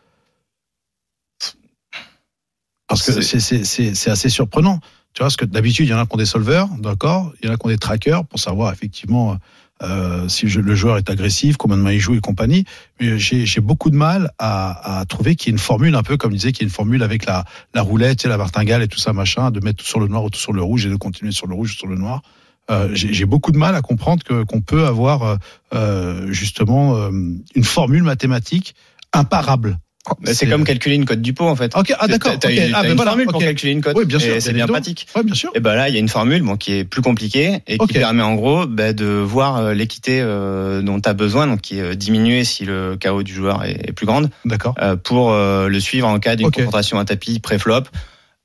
F: Parce que c'est- c'est c'est- c'est assez surprenant. Tu vois, parce que d'habitude, il y en a qui ont des solveurs, d'accord Il y en a qui ont des trackers pour savoir effectivement euh, si je- le joueur est agressif, combien de mains il joue et compagnie. Mais j'ai j'ai beaucoup de mal à, à trouver qu'il y ait une formule, un peu comme disait, qu'il y ait une formule avec la, la roulette et la martingale et tout ça, machin, de mettre tout sur le noir ou tout sur le rouge et de continuer sur le rouge ou sur le noir. Euh, j'ai j'ai beaucoup de mal à comprendre que- qu'on peut avoir euh, euh, justement euh, une formule mathématique imparable.
H: Oh, Mais c'est comme calculer une cote du pot en fait.
F: Ok, ah d'accord.
H: T'as
F: ok.
H: une,
F: Ah,
H: t'as
F: ben
H: une
F: voilà,
H: formule pour
F: ok.
H: calculer une cote.
F: Oui, bien sûr,
H: et
F: bien
H: c'est bien
F: évidemment.
H: pratique.
F: Ouais, bien sûr.
H: Et ben là, il y a une formule bon, qui est plus compliquée et qui
F: Ok.
H: permet en gros ben, de voir euh, l'équité euh, dont tu as besoin, donc qui est euh, diminuée si le KO du joueur est, est plus grande,
F: D'accord.
H: euh, pour euh, le suivre en cas d'une
F: Ok.
H: confrontation à tapis pré-flop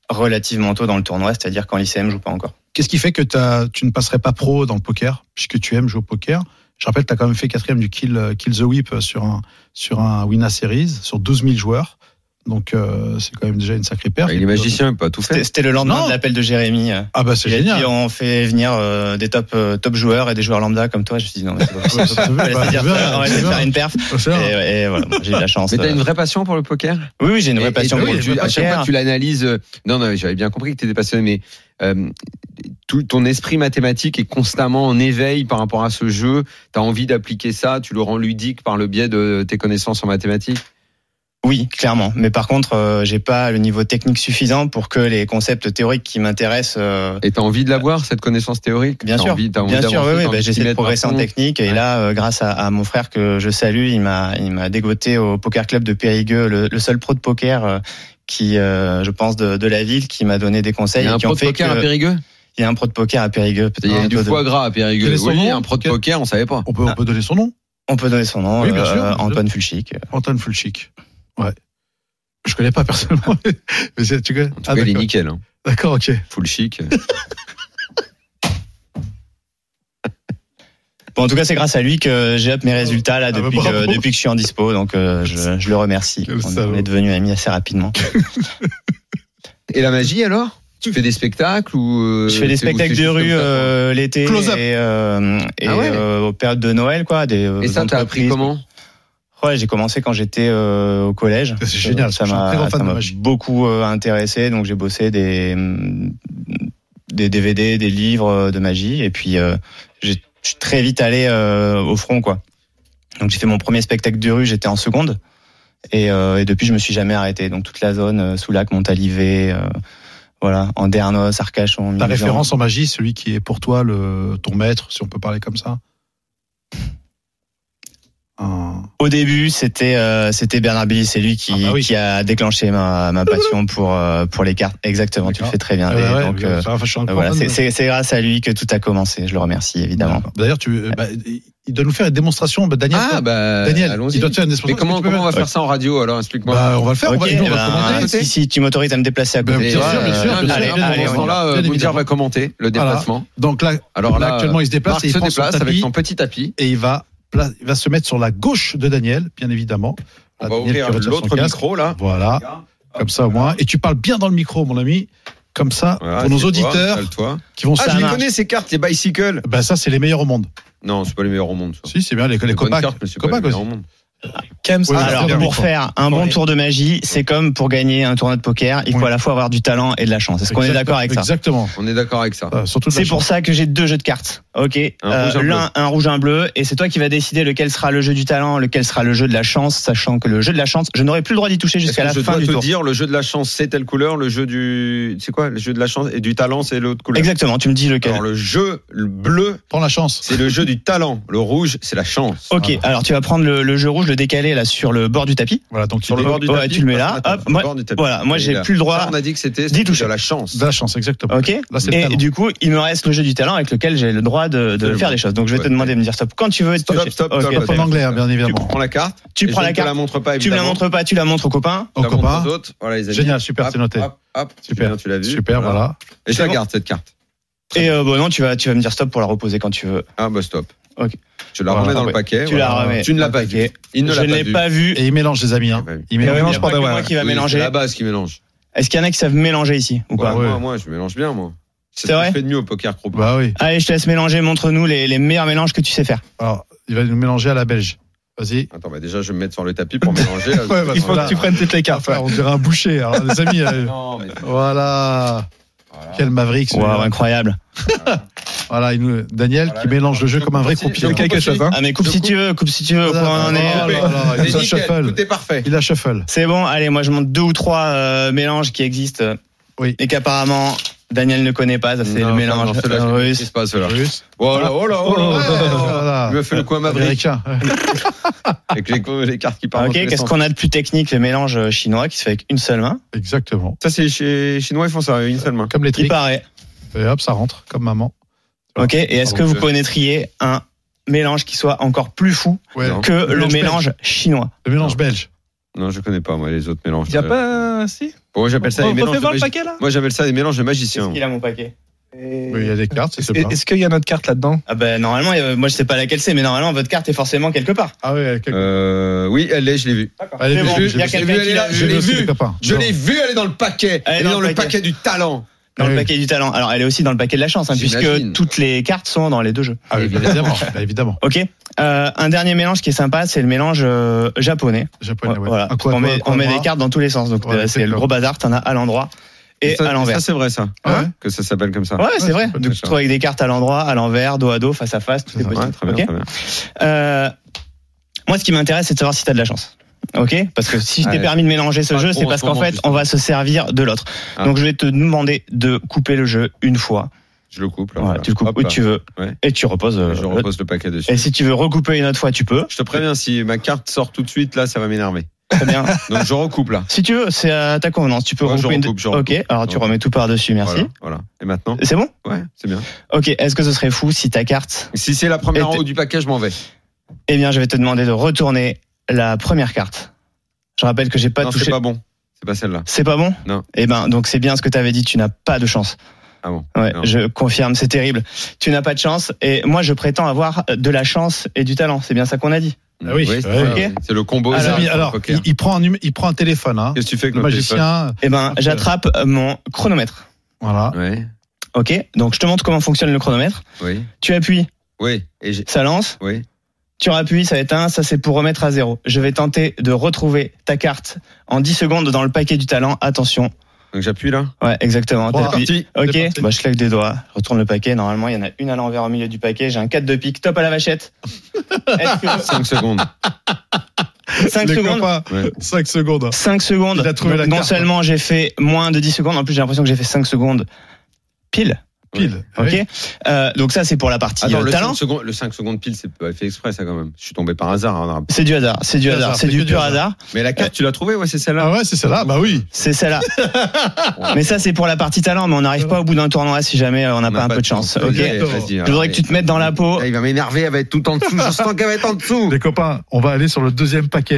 H: relativement tôt dans le tournoi, c'est-à-dire quand l'ICM joue pas encore.
F: Qu'est-ce qui fait que t'as- tu ne passerais pas pro dans le poker, puisque tu aimes jouer au poker Je rappelle, tu as quand même fait quatrième du kill, euh, kill the Whip sur un, sur un Winna Series, sur 12 000 joueurs. Donc, euh, c'est quand même déjà une sacrée perte.
E: Bah, Il est magicien, il peut pas tout
H: C'était
E: fait.
H: c'était le lendemain
F: Non.
H: de l'appel de Jérémy. euh,
F: Ah, bah, c'est
H: Il a
F: génial.
H: dit, on fait venir euh, des top, euh, top joueurs et des joueurs lambda comme toi. Je me suis dit, non, mais c'est pas
F: Ouais,
H: possible.
F: ça se
H: On
F: veut,
H: va laisser
F: bah,
H: dire
F: c'est
H: ça, on va
F: vrai,
H: laisser
F: c'est
H: faire
F: vrai.
H: une perf. Et, et voilà, bon, j'ai eu de la chance.
E: Mais t'as une
H: euh.
E: vraie passion pour le poker
H: Oui, oui, j'ai une vraie
E: Et-
H: passion
E: et-
H: pour
E: oui,
H: le
E: tu- À chaque
H: poker.
E: fois, tu l'analyses. euh, Non, non, j'avais bien compris que tu étais passionné, mais euh, tout ton esprit mathématique est constamment en éveil par rapport à ce jeu. Tu as envie d'appliquer ça, tu le rends ludique par le biais de tes connaissances en mathématiques.
H: Oui, clairement. Mais par contre, euh, j'ai pas le niveau technique suffisant pour que les concepts théoriques qui m'intéressent. euh,
E: Et tu as envie de l'avoir, cette connaissance théorique
H: Bien
E: T'as
H: sûr,
E: envie- t'as envie
H: bien sûr,
E: d'avancer,
H: oui,
E: t'as
H: oui, bah,
E: envie
H: j'essaie
E: d'y
H: de
E: mettre
H: progresser
E: à
H: en
E: fond.
H: technique et
E: Ouais.
H: là, euh, grâce à, à mon frère que je salue, il m'a, il m'a dégoté au poker club de Périgueux, le, le seul pro de poker euh, qui, euh, je pense, de, de la ville, qui m'a donné des
E: Il
H: conseils
E: y a
H: et
E: un
H: qui
E: pro
H: ont
E: de
H: fait
E: poker
H: que-
E: à Périgueux
H: il y a un pro de poker à Périgueux,
E: Il y
H: peut-être.
E: a
H: un
E: du
H: peu de-
E: foie gras à
F: Quel
E: Périgueux.
F: est son
E: Oui,
F: nom
E: un pro de
F: Quel-
E: poker, on savait pas.
H: Ah,
F: On peut, on peut donner son nom,
H: On peut donner son nom,
F: Oui, bien
H: euh,
F: sûr.
H: Antoine Fulchik.
F: Antoine Fulchik. Ouais. Je connais pas personnellement. mais c'est- tu connais
E: En tout
F: Ah,
E: cas, il est
F: d'accord.
E: nickel, hein.
F: D'accord, ok.
E: full chic.
H: Bon, en tout cas, c'est grâce à lui que j'ai up mes résultats là
F: Ah bah,
H: depuis,
F: bravo.
H: que, depuis que je suis en dispo, donc euh, je, je le remercie.
F: Quel
H: On,
F: salaud. Euh,
H: on est devenus amis assez rapidement.
E: Et la magie alors Tu fais des spectacles ou euh,
H: je fais des
E: c'est- ou c'est
H: spectacles
E: juste
H: de
E: comme
H: rue
E: ça,
F: hein.
E: quoi
H: euh, l'été et,
F: Close-up.
H: euh, et
E: Ah ouais.
H: euh, aux périodes de Noël, quoi. Des, euh,
E: Et ça, t'as appris
H: entreprises.
E: comment
H: Ouais, j'ai commencé quand j'étais euh, au collège.
F: C'est génial,
H: Ça
F: je suis un
H: m'a
F: très grand fan
H: ça
F: de
H: m'a
F: magie.
H: beaucoup euh, intéressé, donc j'ai bossé des hum, des DVD, des livres euh, de magie, et puis euh, j'ai- je suis très vite allé euh, au front, quoi. Donc j'ai fait mon premier spectacle de rue, j'étais en seconde, et, euh, et depuis je me suis jamais arrêté. Donc toute la zone, euh, Soulac, Montalivet, euh, voilà, Andernos, Arcachon.
F: Ta
H: Mimizan.
F: référence en magie, celui qui est pour toi le, ton maître, si on peut parler comme ça Un-
H: Au début, c'était euh, c'était Bernard Billy, c'est lui qui,
F: Ah bah oui.
H: qui a déclenché ma, ma passion pour euh, pour les cartes. Exactement, tu le
F: D'accord.
H: fais très bien.
F: Ah
H: Et
F: bah ouais,
H: donc,
F: mais,
H: euh,
F: enfin, je suis un
E: ah,
F: grand
H: euh, voilà,
F: fan de
H: c'est-
F: magie.
H: c'est c'est grâce à lui que tout a commencé. Je le remercie évidemment.
F: D'ailleurs, tu, euh, bah, il donne nous faire une démonstration. Bah, Daniel,
E: Ah
F: toi,
E: bah
F: Daniel
E: allons-y.
F: il doit te faire une
E: Mais
F: démonstration.
E: comment,
F: Est-ce que tu peux
E: comment on va
F: mettre-
E: faire bah, ça en radio alors Explique-moi.
F: Bah, on va le faire. on
H: Ok,
F: va,
H: eh
F: on va
H: ben,
F: commenter.
E: commenter.
H: si, si tu m'autorises à me déplacer à
F: Bah,
H: côté.
F: bien
H: de toi,
F: sûr, bien
H: euh,
F: sûr, bien
H: allez,
F: sûr.
H: allez,
E: à ce
H: on-
E: moment-là,
F: bien
E: euh, Mounir
F: évidemment.
E: va commenter le
F: Voilà.
E: déplacement.
F: Donc là,
E: Alors
F: là,
E: là,
F: actuellement, il se déplace
E: Marc
F: et il
E: se
F: prend
E: déplace
F: son tapis
E: avec son petit tapis.
F: et il va, pla- il va se mettre sur la gauche de Daniel, bien évidemment.
E: On va
F: Là, Daniel qui
E: ouvrir
F: retirer son
E: l'autre
F: casque.
E: micro là.
F: Voilà, comme ça au moins. Et tu parles bien dans le micro, mon ami. Comme ça,
E: Voilà,
F: pour nos
E: c'est toi,
F: auditeurs
E: installe-toi.
F: qui vont
E: Ah,
F: se
E: je les
F: marche.
E: connais ces cartes, les bicycles.
F: Ben ça, c'est les meilleurs au monde.
E: Non, c'est pas les meilleurs au monde. ça.
F: Si, c'est bien, les, les
E: Les bonnes
F: copacs.
E: cartes, mais c'est pas
F: Copacs
E: les meilleurs
F: aussi.
E: au monde.
G: Cam, c'est
F: Oui,
G: un
F: alors,
G: super
H: Alors, pour
F: micro.
H: faire un bon
F: Ouais.
H: tour de magie, c'est comme pour gagner un tournoi de poker, il faut
F: Ouais.
H: à la fois avoir du talent et de la chance. Est-ce qu'on est
F: Exactement,
H: d'accord avec ça
F: Exactement.
E: On est d'accord avec ça.
F: Euh, surtout de la
H: C'est pour ça que j'ai deux jeux de cartes. Ok. Euh,
E: rouge, Bah, un bleu.
H: L'un, un rouge, un bleu. Et c'est toi qui vas décider lequel sera le jeu du talent, lequel sera le jeu de la chance, sachant que le jeu de la chance, je n'aurai plus le droit d'y toucher
E: Est-ce
H: jusqu'à
E: que
H: la
E: je
H: fin
E: dois
H: du
E: te
H: tour.
E: dire le jeu de la chance c'est telle couleur, le jeu du c'est quoi le jeu de la chance et du talent c'est l'autre couleur.
H: Exactement. Tu me dis lequel.
E: Alors le jeu le bleu
F: Prends la chance.
E: c'est le jeu du talent, le rouge c'est la chance.
H: Ok. Alors tu vas prendre le, le jeu rouge, le décaler là sur le bord du tapis. Oh,
F: Voilà, donc tu
E: Sur le
F: dis-
E: bord du
H: Ouais,
E: tapis.
H: tu le mets là.
E: Attends,
H: Hop,
E: sur le
H: moi-
E: bord du tapis.
H: Voilà. Moi,
E: Et
H: j'ai
E: là.
H: plus le droit.
E: Ça, on a dit que c'était
H: d'y toucher.
E: de la chance.
F: de la chance, exactement.
H: Ok.
F: Là, c'est le
H: Et
F: talent.
H: du coup, il me reste le jeu du talent avec lequel j'ai le droit de, de
E: Absolument.
H: faire des choses. Donc je vais te
E: Ouais.
H: demander de me dire stop quand tu veux. et de
E: Stop,
H: toucher.
E: stop,
H: Ok.
E: stop.
F: Pas en anglais, hein, bien
E: Tu
F: évidemment.
E: prends la carte.
H: Tu
E: et
H: prends
E: je
H: la
E: ne te
H: carte.
E: la montres pas
H: Tu me la
E: évidemment.
H: montres pas, tu la montres au copain.
F: Au
E: Je la montre
F: copain.
E: aux autres. Voilà les amis.
F: Génial, super,
E: Hop,
F: c'est noté.
E: Hop, hop.
F: Super.
E: Super, tu l'as vu.
F: Super, voilà.
E: Et je
H: C'est
E: la
H: bon.
E: garde cette carte.
H: Et euh, bon non, tu vas, tu vas me dire stop pour la reposer quand tu veux.
E: Ah bah stop.
H: Ok.
E: Tu la
F: Voilà.
E: remets dans le
H: Ouais.
E: paquet.
H: Tu la remets.
E: Eh Tu ne l'as pas
H: Ok.
E: vu. Il ne
H: je
E: l'a
H: ne
E: pas
H: l'ai
E: vu.
H: pas vu.
F: Et il mélange, les amis. hein.
E: Ouais, ouais.
F: Il
H: Il y a
F: mélange.
H: vraiment pas que moi qui va
E: Oui,
H: mélanger.
E: C'est la base qui mélange.
H: Est-ce qu'il y en a qui savent mélanger ici ou pas
E: Bah,
F: ouais.
E: Moi, moi, je mélange bien moi.
H: C'est
E: ce que
H: vrai
E: Je fais de mieux au poker groupe.
F: Bah oui.
H: Allez, je te laisse mélanger. Montre-nous les, les meilleurs mélanges que tu sais faire.
F: Alors, il va nous mélanger à la belge. Vas-y.
E: Attends, bah déjà je vais me mettre sur le tapis pour mélanger. là.
F: Ouais, bah,
G: Il faut
F: Voilà.
G: que tu prennes toutes les cartes.
F: Enfin, on dirait un boucher. Alors, les amis, euh,
E: Non, mais-
F: voilà.
E: Voilà.
F: Quel maverick.
H: Waouh,
F: celui-là.
H: incroyable.
F: Voilà, il nous- Daniel
E: Voilà.
F: qui mélange le jeu comme un vrai
E: Si,
F: croupier.
E: je
F: hein.
E: quelque chose, hein.
H: Ah, mais coupe
E: Je
H: si
E: coupe.
H: tu veux, coupe si tu veux, au
F: Ah,
H: point où on en
F: ah,
H: est.
F: ah,
E: Coupé.
F: là, là, là,
E: C'est
F: il nous a
E: nickel,
F: shuffle.
E: Tout est parfait.
F: Il a shuffle.
H: C'est bon, allez, moi je monte deux ou trois euh, mélanges qui existent euh,
F: Oui.
H: et qu'apparemment Daniel ne connaît pas. Ça, C'est
E: Non,
H: le mélange
E: non, ceux-là, je-
H: russe.
E: Qu'est-ce qui se passe là
F: Russe.
E: Voilà, oh là, oh là,
F: Oh,
E: ouais,
F: voilà.
E: Il me fait le coin Maverick
F: Américain.
E: avec les, les cartes qui partent.
H: Ah,
E: dans
H: Ok,
E: tous les
H: qu'est-ce
E: sens.
H: qu'on a de plus technique Le mélange euh, chinois qui se fait avec une seule main.
F: Exactement.
E: Ça, c'est chez les Chinois, ils font ça, une seule main.
F: Comme les
H: Il
F: tricks.
H: paraît.
F: Et hop, ça rentre, comme maman.
E: Ah,
H: Ok, et est-ce que
F: Pardon,
H: vous
E: je-
H: connaîtriez un mélange qui soit encore plus fou
F: Ouais,
E: Non.
H: que
F: Le
H: le
F: mélange
H: mélange chinois
F: Le mélange belge.
E: Non, je connais pas, moi, les autres mélanges.
G: Il y a
E: Euh,
G: pas. Si
E: Bon, moi, j'appelle ça
G: On
E: les
G: refait
E: mélanges. de
G: voir le
E: magi-
G: paquet là
E: Moi, j'appelle ça les mélanges de magiciens.
H: a mon paquet
G: Et-
F: Il y a des cartes, c'est
G: Est-ce
F: pas.
G: est-ce qu'il y a notre carte là-dedans
H: Ah ben normalement, euh, moi je sais pas laquelle c'est, mais normalement votre carte est forcément quelque part.
F: Ah ouais, il y a Ah quelques-
E: Euh, oui, elle est, je l'ai vue.
F: Allez,
H: c'est
F: mais
H: bon,
F: je-
H: il y a
F: je-
H: quelqu'un
F: je-
H: qui l'a-
E: je l'ai
F: aussi,
E: vu.
F: les copains.
E: Je
F: Non.
E: l'ai vue, elle est dans le paquet. Elle est dans, le paquet du talent.
H: Dans
F: Ah
H: le
F: oui.
H: paquet du talent. Alors elle est aussi dans le paquet de la chance, hein,
E: J'imagine.
H: puisque toutes les cartes sont dans les deux jeux.
F: Ah oui, évidemment, bah, évidemment.
H: Ok. Euh, un dernier mélange qui est sympa, c'est le mélange euh, japonais.
F: Japonais, ouais.
H: Voilà.
F: Un quoi,
H: on met,
F: quoi, quoi,
H: on met
F: quoi,
H: des cartes dans tous les sens. Donc
F: Ouais,
H: euh,
F: c'est
H: c'est le
F: clair.
H: gros bazar. T'en as à l'endroit et
E: ça,
H: à l'envers.
E: Ça, c'est vrai, ça.
F: Ah ouais
E: Que ça s'appelle comme ça.
H: Ouais,
F: c'est
H: c'est vrai.
F: pas
H: Donc tu
F: ça.
H: te trouves avec des cartes à l'endroit, à l'envers, dos à dos, face à face, tout
E: Ouais,
H: est
E: très bien,
H: possible. Ok
E: très bien.
H: Euh, moi, ce qui m'intéresse, c'est de savoir si t'as de la chance. Ok Parce que si je t'ai
E: Ouais.
H: permis de mélanger ce
E: Pas
H: jeu,
E: trop
H: c'est
E: en
H: parce
E: ce
H: qu'en
E: moment,
H: fait, on
E: justement.
H: va se servir de l'autre.
E: Ah.
H: Donc, je vais te demander de couper le jeu une fois.
E: Je le coupe. là,
H: Voilà,
E: voilà.
H: tu le coupes
E: Hop
H: où
E: là.
H: tu veux
E: Ouais.
H: et tu reposes. euh,
E: Je
H: le-
E: repose le paquet dessus.
H: Et si tu veux recouper une autre fois, tu peux.
E: Je te préviens, si ma carte sort tout de suite, là, ça va m'énerver.
H: Très bien.
E: Donc je recoupe là.
H: si tu veux, c'est à ta convenance. Tu peux
E: Ouais, je
H: recouper. une-
E: recoupe, je
H: ok.
E: recoupe.
H: Alors, tu
E: Ouais.
H: remets tout par dessus. Merci.
E: Voilà, voilà. Et maintenant
H: C'est bon
E: Ouais, c'est bien.
H: Ok. Est-ce que ce serait fou si ta carte
E: Si c'est la première
H: Et
E: en
H: t'es-
E: haut du paquet, je m'en vais.
H: Eh bien, je vais te demander de retourner la première carte. Je rappelle que j'ai pas
E: non,
H: touché.
E: c'est pas bon. C'est pas celle-là.
H: C'est pas bon
E: Non.
H: Eh ben, donc c'est bien ce que tu avais dit, tu n'as pas de chance.
E: Ah bon
H: Ouais,
E: Non.
H: je confirme, c'est terrible. Tu n'as pas de chance et moi je prétends avoir de la chance et du talent, c'est bien ça qu'on a dit.
F: Ah oui,
E: c'est
F: ouais,
E: vrai,
H: ok. Ah,
E: oui. C'est le combo.
F: Les
E: c'est
F: amis,
E: le
F: alors,
E: poker.
F: il, il prend un, numé- il prend un téléphone, hein.
E: qu'est-ce que tu fais avec
F: Le
E: le téléphone
F: magicien,
H: Eh ben,
F: Ok.
H: j'attrape mon chronomètre.
F: voilà.
E: Ouais.
H: OK Donc je te montre comment fonctionne le chronomètre.
E: Oui.
H: Tu appuies,
E: Oui. Et j'ai-
H: ça lance.
E: oui.
H: Tu appuies, ça éteint, ça c'est pour remettre à zéro. Je vais tenter de retrouver ta carte en 10 secondes dans le paquet du talent. Attention.
E: Donc j'appuie là.
H: Ouais, exactement.
F: Trois.
H: T'appuies.
E: Parti.
H: Ok,
F: C'est parti.
H: bah, je claque des doigts, je retourne le paquet. Normalement, il y en a une à l'envers au milieu du paquet. J'ai un 4 de pique, top à la vachette. Est-ce que
E: 5 secondes.
H: 5
F: Les
H: secondes
F: copains,
E: Ouais.
F: 5 secondes.
H: 5 secondes.
F: Il a trouvé
H: Donc,
F: la
H: non
F: carte.
H: seulement j'ai fait moins de 10 secondes, en plus j'ai l'impression que j'ai fait 5 secondes pile.
F: Pile. Ah
H: Ok
F: Oui.
H: Euh, Donc ça, c'est pour la partie
E: Attends,
H: euh,
E: le
H: talent.
E: 5, secondes, le 5 secondes pile, c'est pas fait exprès ça quand même. Je suis tombé par hasard. hein.
H: C'est du hasard, c'est du
F: Du
H: hasard,
F: hasard,
H: c'est
F: c'est
H: du
F: que du
H: pur
F: hasard.
H: hasard.
E: Mais la carte, tu l'as trouvée, ouais, c'est celle-là.
F: Ah ouais, c'est celle-là, bah oui.
H: C'est celle-là. mais ça, c'est pour la partie talent, mais on n'arrive pas au bout d'un tournoi si jamais euh, on n'a
E: On
H: pas
E: n'a
H: un peu de chance. Ok
E: Vas-y, vas-y, hein,
H: Je voudrais
E: allez.
H: que tu te mettes dans la peau.
E: Là, Il va m'énerver, elle va être tout en dessous. Je sens qu'elle va être en dessous.
F: Les copains, on va aller sur le deuxième paquet.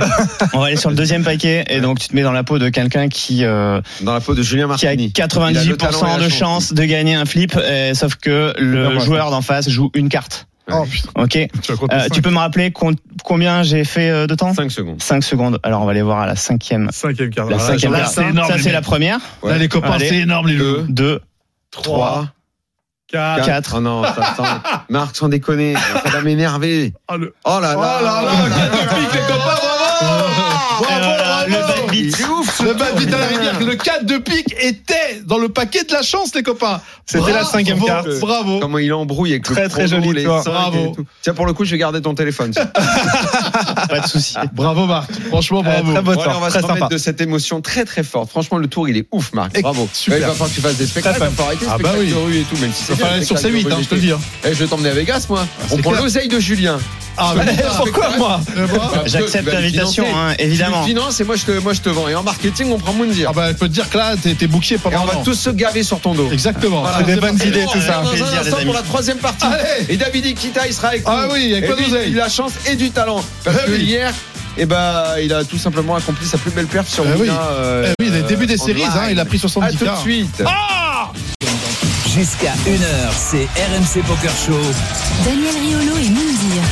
H: On va aller sur le deuxième paquet et donc tu te mets dans la peau de quelqu'un qui euh,
E: Dans la peau de Julien
H: qui a
E: Martini. Il a le talent
H: 98%
E: et la
H: de
E: chance.
H: chance de gagner un flip, euh, sauf que
F: Non,
H: le
F: moi,
H: joueur d'en face joue une carte.
G: Oh putain.
H: Ok.
F: tu vas compter
H: Euh, tu peux me rappeler con- combien j'ai fait euh, de temps
E: 5 secondes.
H: 5 secondes. Alors on va aller voir à la cinquième.
F: Cinquième carte.
H: La
F: Voilà,
H: cinquième
F: là,
H: carte.
F: c'est énorme.
H: Ça
F: les
H: c'est la
F: mecs.
H: première.
F: Là, les copains,
H: Allez.
F: c'est énorme, les loups.
H: 2,
E: 3,
H: 3.
F: 4.
H: Quatre.
E: Oh non, ça, ça- Marc, sans déconner, ça va m'énerver.
F: Oh, le-
E: Oh là là.
F: Oh là là, quatre de pique, les copains, bravo
H: Le
F: Bravo,
H: bad
F: bravo
H: beat.
E: C'est ouf, ce
F: Le bad
E: tour.
F: beat à la rivière. Le 4 de pique était dans le paquet de la chance, les copains.
G: C'était la
F: Bravo,
G: cinquième carte.
F: Bravo.
E: Comment il embrouille avec
G: Très,
E: le
G: très
E: prono,
G: joli,
E: les
G: toi.
E: cinq
F: Bravo.
E: et tout. Tiens, pour le coup, je vais garder ton téléphone. ça.
H: Pas de souci.
F: Bravo, Marc. Franchement, bravo.
G: très bonne
E: Bon, allez, on va
G: forme, très
E: se remettre
G: sympa.
E: de cette émotion très très forte. Franchement, le tour, il est ouf, Marc. Bravo.
F: Super.
E: Ouais, il va falloir que tu fasses des spectacles.
G: Très
E: Il va falloir arrêter les
F: Ah bah
E: spectacles
F: oui.
E: de rue et tout, même si c'est
F: Enfin,
E: bien, les
F: sur
E: spectacles
F: C8,
E: de
F: hein,
E: rue,
F: je te le
E: j'étais-
F: dis. Ah, hein.
E: Eh, je vais t'emmener à Vegas, moi. On
F: c'est
E: prend
F: clair.
E: l'oseille de Julien.
F: Ah, mais putain.
G: Pourquoi moi
F: Euh, bravo.
E: Bah,
H: J'accepte
E: tu vas le
H: l'invitation,
E: financer.
H: hein,
E: Tu le
H: évidemment.
E: finances et moi je, te, moi je te vends. Et en marketing, on prend Moundir.
F: Ah bah, je peux te dire que là, t'es t'es bouquier
E: Et on
F: pendant
E: va
F: un an.
E: tous se gaver sur ton dos.
F: Exactement.
E: Voilà,
F: C'est des
E: c'est
F: bonnes
E: parti.
F: idées,
E: Bon,
F: tout ça.
E: alors,
H: Plaisir,
E: Dans un
H: les
E: instant
H: amis.
E: pour la troisième partie.
F: Allez.
E: Et David Ikita, il sera avec nous.
F: Ah oui, il y a
E: Et
F: quoi
E: lui,
F: d'oseille
E: Il a chance et du talent. Parce
F: Ah
E: que
F: oui.
E: hier, eh ben, il a tout simplement accompli sa plus belle perf sur
F: Ah oui.
E: Wina, euh,
F: Eh oui, dès le début des
E: en
F: séries,
E: live.
F: hein, il a pris
E: À
F: 70
E: tout de
F: cartes.
E: suite.
F: Ah,
D: Jusqu'à 1h, c'est RMC Poker Show.
C: Daniel Riolo et Moundir.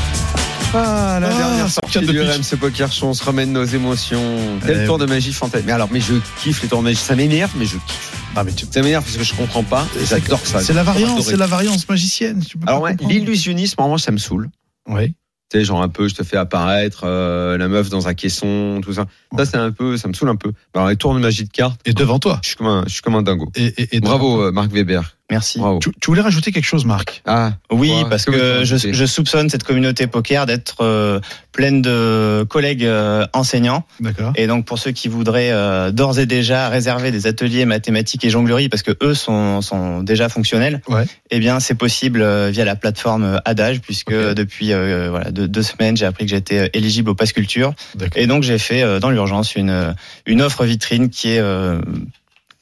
E: Ah, la
F: Ah,
E: dernière
F: sortie
E: sortie
F: de
E: du
F: pitch.
E: RMC Poker Show, on se remène nos émotions. Tel
F: Eh
E: tour de magie fantastique. Mais alors, mais je kiffe les tours de magie. Ça m'énerve, mais je kiffe.
F: Ah, mais tu-
E: Ça m'énerve parce que je comprends pas. Et J'adore ça.
F: C'est la variance,
E: J'adorais.
F: c'est la variance magicienne. tu peux pas
E: Alors, ouais,
F: comprendre.
E: l'illusionnisme, en revanche, ça me saoule.
F: Oui.
E: Tu sais, genre un peu, je te fais apparaître euh, la meuf dans un caisson, tout ça. Ça,
F: Ouais.
E: c'est un peu, ça me saoule un peu. Bah, Alors, les tours de magie de cartes,
F: Et devant toi.
E: je suis comme un, je suis comme un dingo.
F: Et, et- et
E: Bravo, euh, Marc Weber.
H: Merci.
E: Bravo.
F: Tu, tu voulais rajouter quelque chose, Marc
E: Ah,
H: Oui,
E: Pourquoi
H: parce
E: Comment tu
H: que
E: vas
H: je,
E: rajouter
H: je soupçonne cette communauté poker d'être euh, pleine de collègues euh, enseignants.
F: D'accord.
H: Et donc pour ceux qui voudraient euh, d'ores et déjà réserver des ateliers mathématiques et jonglerie parce que eux sont, sont déjà fonctionnels,
F: Ouais.
H: eh bien c'est possible euh, via la plateforme euh, Adage puisque
E: Ok.
H: depuis euh, voilà deux, deux semaines j'ai appris que j'étais euh, éligible au Pass Culture
F: D'accord.
H: et donc j'ai fait euh, dans l'urgence une euh, une offre vitrine qui est euh,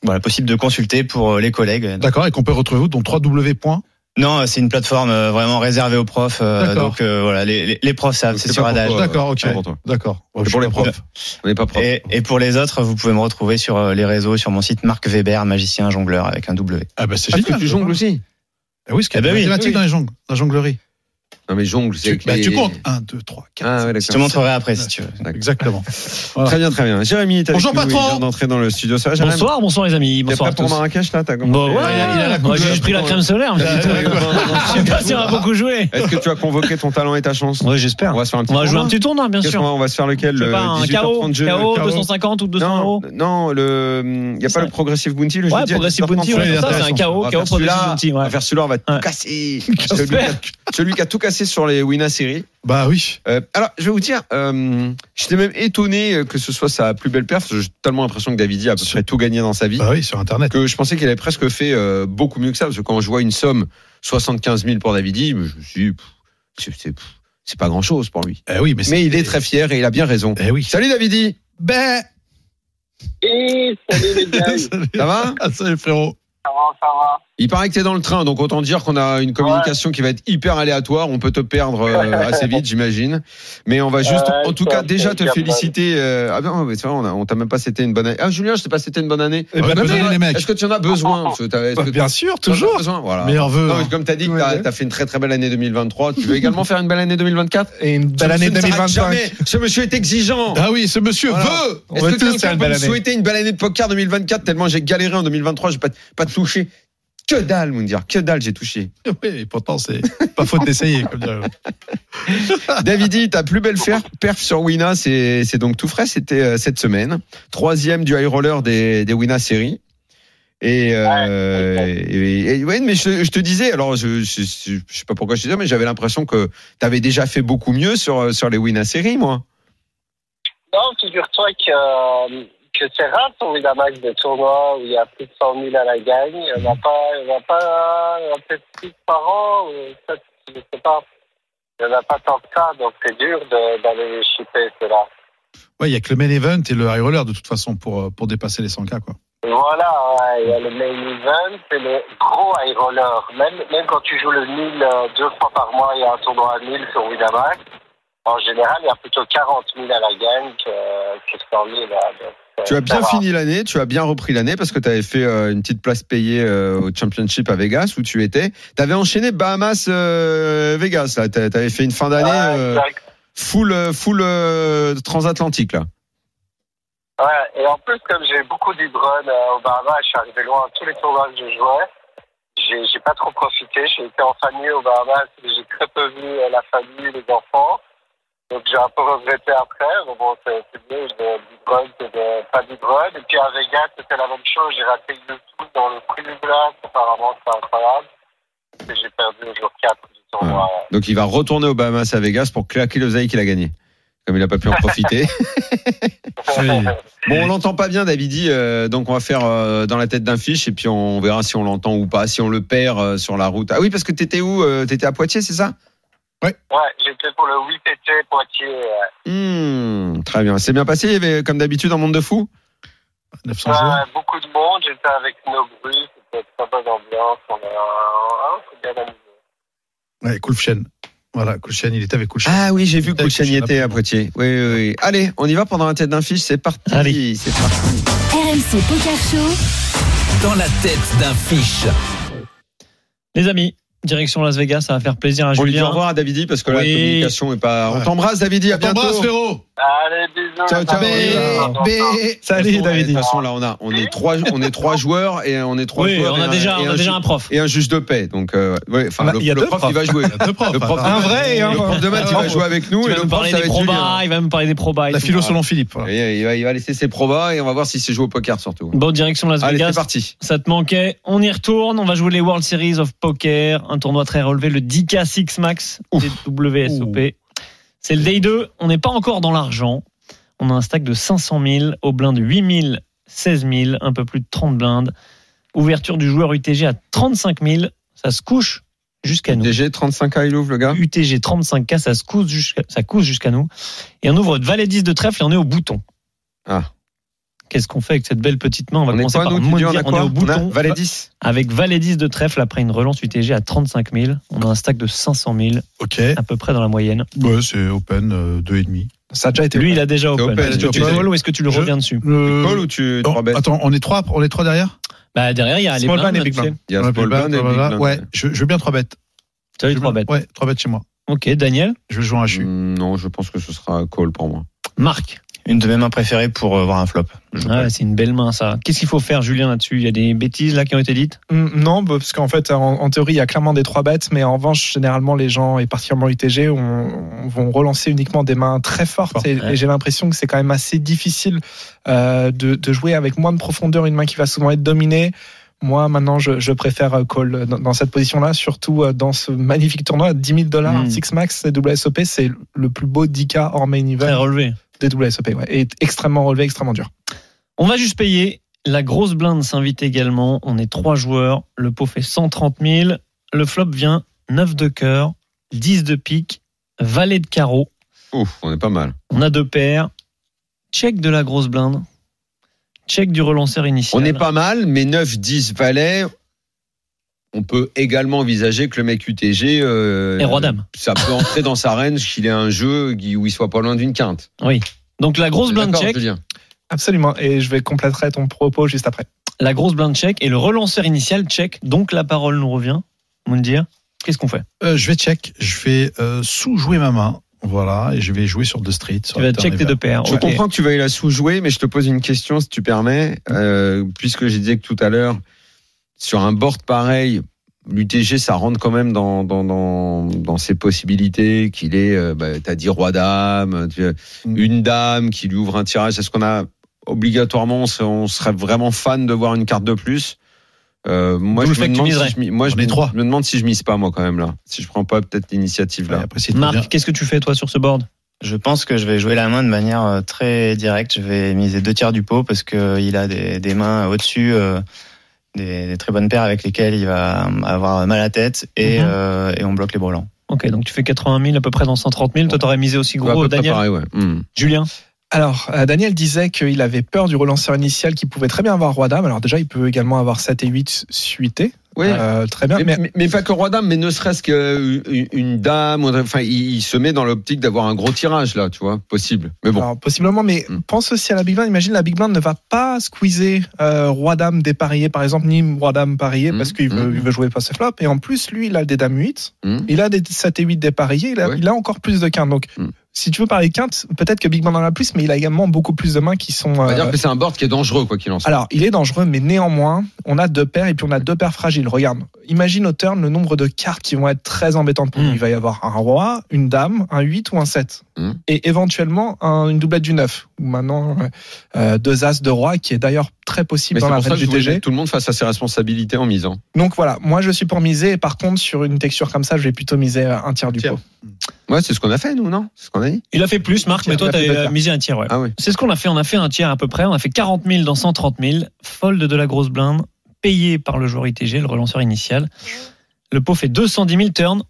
H: voilà possible de consulter pour euh, les collègues.
F: D'accord, et qu'on peut retrouver où Donc 3W.
H: Non, euh, c'est une plateforme euh, vraiment réservée aux profs. euh,
F: D'accord.
H: donc euh, voilà, les, les- les profs savent,
E: Donc,
H: c'est
E: c'est
H: sur
E: pas pour
H: Adage.
E: toi.
F: D'accord, ok.
E: c'est pour toi.
F: D'accord. Ouais,
E: C'est
F: je
E: pour
F: suis
E: les
F: pas prof.
E: On n'est pas propre. Ah,
H: Et, et pour les autres, vous pouvez me retrouver sur euh, les réseaux, sur mon site Marc Weber, magicien jongleur avec un W.
F: Ah bah c'est
E: Ah, parce
F: génial.
E: que tu jongles aussi.
F: Bah oui, ce qui
H: Eh
F: est
H: ben oui.
F: mathématique dans les jongles, dans la jonglerie.
E: Non, mais jongle, c'est
F: Tu,
E: avec
F: bah,
E: les-
F: tu comptes 1, 2, 3, 4.
E: Ah, ouais,
H: Je te
E: d'accord.
H: montrerai après si tu veux.
F: Exactement. Voilà.
E: Très bien, très bien. Jérémy, t'as
F: Bonjour, patron.
E: d'entrer dans le studio. Ça va, Jérémy
I: Bonsoir, bonsoir les amis,
E: T'es
I: bonsoir
E: prêt
I: à
E: pour
I: tous.
E: Marrakech, là T'as
I: Bon, ouais,
E: commencé
F: il a- il a la coupe
I: moi, j'ai
F: de-
I: juste pris la crème solaire. mais
E: T'as-
I: putain, Je sais pas si on va beaucoup jouer.
E: Est-ce que tu as convoqué ton talent et ta chance
I: Ouais,
E: On
I: j'espère.
E: va se faire un petit
I: On va jouer un
E: tournoi.
I: petit tournoi, bien
E: Qu'est-ce qu'on
I: sûr.
E: va- on va se faire lequel
I: Je sais
E: le
I: pas, un
E: 18
I: KO,
E: de jeu,
I: KO,
E: le
I: 250 ou 200 euros.
E: Non, non, le, hum, il y a
I: C'est
E: pas le Progressive Bounty, le
I: Ouais,
E: jeudi à
I: Progressive
E: 18h30,
I: Bounty, ouais,
E: celui-là,
I: c'est ça, c'est un KO,
E: on va
I: KO
E: faire celui-là,
I: Progressive Bounty, ouais.
E: On va faire celui-là, on va tout
I: Ouais.
E: casser. Celui qui, a, celui qui a tout cassé sur les Wina séries.
F: Bah oui.
E: Euh, alors, je vais vous dire, euh, j'étais même étonné que ce soit sa plus belle perf. J'ai tellement l'impression que Davidi a à peu près tout gagné dans sa vie
F: Bah oui, sur Internet.
E: que je pensais qu'il avait presque fait euh, beaucoup mieux que ça, parce que quand je vois une somme 75 000 pour Davidi, je me suis dit, pff, c'est- c'est pff, c'est pas grand-chose pour lui.
F: Eh oui, mais,
E: Mais il est très fier et il a bien raison.
F: Eh oui.
E: Salut Davidi,
F: Ben.
J: Et Eh, salut les gars,
E: ça va
F: Ah, salut frérot.
J: ça va, ça va.
E: Il paraît que t'es dans le train, donc autant dire qu'on a une communication qui va être hyper aléatoire. On peut te perdre euh, assez vite, j'imagine. Mais on va juste,
J: Ouais,
E: en tout
J: ça,
E: cas,
J: c'est
E: déjà te
J: capable.
E: féliciter. euh, Ah ben, ouais, c'est vrai, on a- on t'a même pas c'était une bonne année. Ah Julien, je t'ai pas c'était une bonne année.
F: Eh ben, bonne année, les mecs.
E: Est-ce que tu en as besoin Est-ce que t'as- est-ce que
G: Bah, bien sûr, toujours.
E: Besoin voilà.
F: Meilleur vœu.
E: Non,
F: hein.
E: mais comme t'as dit, que
G: Ouais,
E: t'as
G: ouais.
E: t'as fait une très très belle année 2023. Tu veux également faire une belle année 2024
G: Et une belle
E: Ce
G: année
E: monsieur ne s'arrête
G: 2025.
E: jamais. Ce monsieur est exigeant.
F: Ah oui, ce monsieur
E: Voilà.
F: veut.
G: On
E: Est-ce
G: va
E: que
G: tous faire
E: quelqu'un
G: une
E: peut
G: belle
E: me
G: année.
E: souhaiter une belle année de poker 2024 tellement j'ai galéré en 2023, j'ai pas pas touché. Que dalle, Moundir, que dalle j'ai touché.
F: Oui, et pourtant, c'est pas faute d'essayer. Comme dirait l'autre.
E: Davidi, ta plus belle fer- perf sur Wina, c'est c'est donc tout frais, c'était euh, cette semaine. Troisième du high roller des, des Wina série. Et, euh,
J: Ouais,
E: et- et- ouais, mais je, je te disais, alors je, je, je- je sais pas pourquoi je te disais, mais j'avais l'impression que tu avais déjà fait beaucoup mieux sur, euh, sur les Wina série, moi.
J: Non, figure-toi que, euh, que c'est rare ton Winamax de tournoi où il y a plus de 100 000 à la gagne. Il n'y en a pas, il y en a pas, euh, peut-être six par an, ou peut-être, je sais pas. Il n'y en a pas tant que ça, donc c'est dur de- d'aller les chipper, ceux-là.
F: Ouais, il y a que le main event et le high roller de toute façon pour euh, pour dépasser les 100K quoi.
J: Et Voilà, ouais, il y a le main event, c'est le gros high roller. Même, même quand tu joues le 1000 euh, deux fois par mois, il y a un tournoi à 1000 sur Winamax. En général, il y a plutôt 40 000 à la gagne que, que 100 000. là, donc, euh,
E: Tu as
J: ça
E: bien
J: va.
E: fini l'année, tu as bien repris l'année parce que tu avais fait euh, une petite place payée euh, au Championship à Vegas où tu étais. Tu avais enchaîné Bahamas euh, Vegas là, tu avais fait une fin d'année
J: Ouais,
E: euh,
J: exact.
E: full euh, full euh, transatlantique là.
J: Ouais, et en plus, comme j'ai eu beaucoup d'hydron euh, au Bahamas, je suis arrivé loin à tous les tournois que je jouais. J'ai j'ai pas trop profité. J'ai été en famille au Bahamas, mais j'ai très peu vu euh, la famille, les enfants. Donc j'ai un peu regretté après. Mais bon, c'est c'est mieux de d'hydron que de pas d'hydron. Et puis à Vegas, c'était la même chose. J'ai raté le tout dans le prix du glace. Apparemment, c'est incroyable. Et j'ai perdu le jour 4 du tournoi.
E: Donc il va retourner aux Bahamas à Vegas pour claquer l'oseille qu'il a gagné. Comme il n'a pas pu en profiter. Bon, on l'entend pas bien, Davidi, euh, donc on va faire euh, dans la tête d'un fiche et puis on verra si on l'entend ou pas, si on le perd euh, sur la route. Ah oui, parce que t'étais où euh, T'étais à Poitiers, c'est ça
J: Ouais, j'étais pour le 8 PT Poitiers. euh, ouais.
E: Hmm, Très bien. C'est bien passé, il y avait, comme d'habitude, un monde de fous
F: 900 joueurs.
J: Ouais, Ah, beaucoup de monde, j'étais avec nos bruits, c'était très bonne ambiance, on a hein, c'est bien amusé.
F: Ouais, Kulchen. Voilà, Kulchen, il était avec Kulchen.
E: Ah oui, j'ai vu que
F: Peut-être que
E: Kouchen
F: je
E: y
F: suis
E: était à Poitiers. Oui, oui, oui. Allez, on y va pendant la tête d'un fiche, c'est parti.
I: Allez.
E: c'est parti.
C: RMC Poker Show,
D: Dans la tête d'un fiche.
I: Les amis, direction Las Vegas, ça va faire plaisir à
E: On lui dit au
I: Ah, Julien.
E: revoir à Davidi parce que la
I: Oui.
E: communication est pas. On
F: Ouais.
E: t'embrasse, Davidi, à
F: On t'embrasse,
E: bientôt.
F: Féro.
J: Allez, bisous.
I: Ah,
E: Ciao, ciao.
J: Ciao.
E: De
G: Salut,
E: toute façon,
G: David.
E: De toute façon, là, on a, on est trois, on est trois joueurs et on est trois
I: Oui,
E: joueurs.
I: on a
E: et
I: déjà,
E: et
I: on a déjà
E: ju-
I: un Bah, prof.
E: Et un juge de paix. Donc, euh, ouais, enfin,
G: On a-
E: le,
G: il y a
E: le
G: deux
E: prof,
G: profs.
E: il va jouer.
F: Il y a deux profs. hein.
E: Le prof
F: attends.
G: Un vrai et un
E: Le prof de maths, il va jouer avec nous
I: Il
E: et
I: va
E: le
I: nous
E: prof,
I: parler
E: ça va
I: des
E: être Julien.
I: probas, il va nous parler des probas. et
F: La
I: tout.
F: philo selon Philippe. voilà.
E: Et Il va, il va laisser ses probas et on va voir si c'est joué au poker surtout.
I: Bon, direction Las
E: Allez, c'est
I: Vegas.
E: parti.
I: Ça te manquait. On y retourne. On va jouer les World Series of Poker. Un tournoi très relevé, le 10K Six Max des WSOP. C'est le day 2. On n'est pas encore dans l'argent. On a un stack de 500 000, au blind 8 000, 16 000, un peu plus de 30 blindes. Ouverture du joueur UTG à 35 000. Ça se couche jusqu'à nous.
E: DG 35K, il ouvre le gars.
I: UTG 35K, ça se couche jusqu'à, ça couche jusqu'à nous. Et on ouvre de valet 10 de trèfle et on est au bouton.
E: Ah.
I: Qu'est-ce qu'on fait avec cette belle petite main On va
E: On est
I: commencer
E: quoi,
I: par
E: nous, tu dis,
I: maudire.
E: on a
I: on est
E: quoi
I: au bouton.
E: Valet 10.
I: Avec valet 10 de trèfle après une relance UTG à 35 000. On a un stack de 500 000,
F: Ok.
I: à peu près dans la moyenne.
F: Ouais, c'est open euh, deux et demi.
G: Ça a déjà été.
I: Lui, il a déjà
E: C'est
I: open.
E: open,
I: Est-ce que
E: tu
I: tu
E: le
I: le
E: fais.
I: call ou est-ce que tu le
F: Je-
I: reviens dessus
F: Euh,
E: Call ou tu
F: non,
E: trois bêtes
F: attends, on est trois, on est trois derrière.
I: Bah, derrière, il y a les
G: Small
I: blindes,
G: blind et big
I: tu sais.
G: blind.
E: Il y a
F: Ouais,
E: Small
F: puis bah,
E: Blind et
F: bah,
E: Big
F: bah,
E: Blind.
F: Ouais, je, je veux bien 3 bêtes.
I: Tu as eu
F: Je veux
I: trois
F: bien-
I: bêtes.
F: Ouais, 3 bêtes chez moi.
I: Ok, Daniel,
F: Je joue un CHU.
E: Mm, Non, je pense que ce sera call pour moi.
I: Marc.
H: Une de mes mains préférées pour euh, voir un flop. Je
I: Ouais, c'est une belle main, ça. Qu'est-ce qu'il faut faire, Julien, là-dessus Il y a des bêtises, là, qui ont été dites
G: Hum, Non, bah, parce qu'en fait, en, en théorie, il y a clairement des trois bêtes, mais en revanche, généralement, les gens, et particulièrement UTG, on- on- vont relancer uniquement des mains très fortes. et
I: ouais.
G: et j'ai l'impression que c'est quand même assez difficile euh, de, de jouer avec moins de profondeur une main qui va souvent être dominée. Moi, maintenant, je, je préfère euh, call dans, dans cette position-là, surtout euh, dans ce magnifique tournoi. 10 000 dollars,
I: Mm.
G: Six Max et WSOP, c'est le plus beau 10K hors main
I: Très
G: event
I: relevé.
G: des WSOP. Ouais. Et extrêmement relevé, extrêmement dur.
I: On va juste payer. La grosse blinde s'invite également. On est trois joueurs. Le pot fait 130 000. Le flop vient 9 de cœur, 10 de pique, valet de carreau.
E: Ouf, on est pas mal.
I: On a deux paires. Check de la grosse blinde. Check du relanceur initial.
E: On est pas mal, mais 9, 10 valets. On peut également envisager que le mec UTG. euh,
I: Et roi-dame.
E: Ça peut entrer dans sa range qu'il ait un jeu qui- où il soit pas loin d'une quinte.
I: Donc la grosse blinde
E: D'accord,
I: check,
E: Julien
G: Absolument. Et je vais compléter ton propos juste après.
I: la grosse blinde check et le relanceur initial check. Donc la parole nous revient. Moundir, qu'est-ce qu'on fait
F: Euh, je vais check. Je vais euh, sous-jouer ma main. Voilà. Et je vais jouer sur deux streets.
I: Tu vas check tes deux paires.
E: Je
I: Ok.
E: comprends que tu veuilles la sous-jouer, mais je te pose une question, si tu permets. Euh, puisque j'ai dit que tout à l'heure, sur un board pareil, l'UTG, ça rentre quand même dans, dans, dans, dans ses possibilités, qu'il est, euh, bah, t'as dit roi-dame, tu-
I: Mm.
E: une dame qui lui ouvre un tirage. Est-ce qu'on a, obligatoirement, on se- on serait vraiment fan de voir une carte de plus Euh, moi,
I: D'où
E: je,
I: le fait
E: me
I: que tu
E: demande si
I: miserais.
E: je, mi- moi, je
F: On est
E: me-
F: trois.
E: je me demande si je mise pas, moi, quand même, là. Si je prends pas peut-être l'initiative, là.
F: Après, c'est très bien.
I: Marc, qu'est-ce que tu fais toi sur ce board
H: Je pense que je vais jouer la main de manière euh, très directe. Je vais miser deux tiers du pot parce que euh, il a des, des mains au-dessus, euh, des, des très bonnes paires avec lesquelles il va euh, avoir mal à la tête et,
I: Mhm.
H: euh, et on bloque les brelans.
I: Ok, donc tu fais 80 000 à peu près dans 130 000. Toi, t'aurais misé aussi
E: Ouais, à
I: gros,
E: peu près
I: Daniel.
E: pareil, ouais. Hmm.
I: Julien
G: Alors, euh, Daniel disait qu'il avait peur du relanceur initial qui pouvait très bien avoir Roi-Dame. Alors déjà, il peut également avoir 7 et 8 suités.
E: Ouais.
G: Euh, très bien.
E: Mais,
G: Mais,
E: mais- mais pas que roi dame, mais ne serait-ce qu'une dame. ou- Enfin, il, il se met dans l'optique d'avoir un gros tirage là, tu vois, possible. Mais bon,
G: alors, possiblement, mais
E: Hmm.
G: pense aussi à la Big Blind. Imagine, la Big Blind ne va pas squeezer euh, Roi-Dame dépareillé, par exemple, ni Roi-Dame parié,
E: Hmm.
G: parce qu'il veut,
E: Hmm.
G: il veut jouer pas ce flop. Et en plus, lui, il a des Dames 8.
E: Hmm.
G: Il a des 7 et 8 dépareillés. Il a,
E: Ouais.
G: il a encore plus de quintes. Donc,
E: Hmm.
G: si tu veux parler de quintes, peut-être que Big Blind en a plus, mais il a également beaucoup plus de mains qui sont...
E: on va
G: euh,
F: Ah,
E: dire que c'est un board qui est dangereux quoi qu'il en soit.
G: Alors, il est dangereux, mais néanmoins, on a deux paires et puis on a deux paires fragiles. Regarde, imagine au turn le nombre de cartes qui vont être très embêtantes pour lui.
I: Mm.
E: Hmm.
G: Il va y avoir un roi, une dame, un 8 ou un 7.
E: Mm.
G: Et éventuellement, un- une doublette du 9. Ou maintenant, ouais, euh, deux as de roi, qui est d'ailleurs très possible
E: mais c'est
G: dans la
E: pour ça
G: reine
E: que je
G: du
E: voulais
G: TG.
E: mettre tout le monde face à ses responsabilités en hein. misant.
G: Donc voilà, moi je suis pour miser. Et par contre, sur une texture comme ça, je vais plutôt miser euh, un tiers du
F: Tiers.
G: pot.
E: Ouais, c'est ce qu'on a fait nous, non C'est ce qu'on a dit.
I: Il a fait plus, Marc, mais
G: Il
I: toi,
G: a fait deux
I: t'avais
G: tiers.
I: misé un tiers, ouais.
E: Ah oui.
I: C'est ce qu'on a fait. On a fait un tiers à peu près. On a fait 40 000 dans 130 000. Fold de la grosse blinde, payé par le joueur ITG, le relanceur initial. Le pot fait 210 000 turns,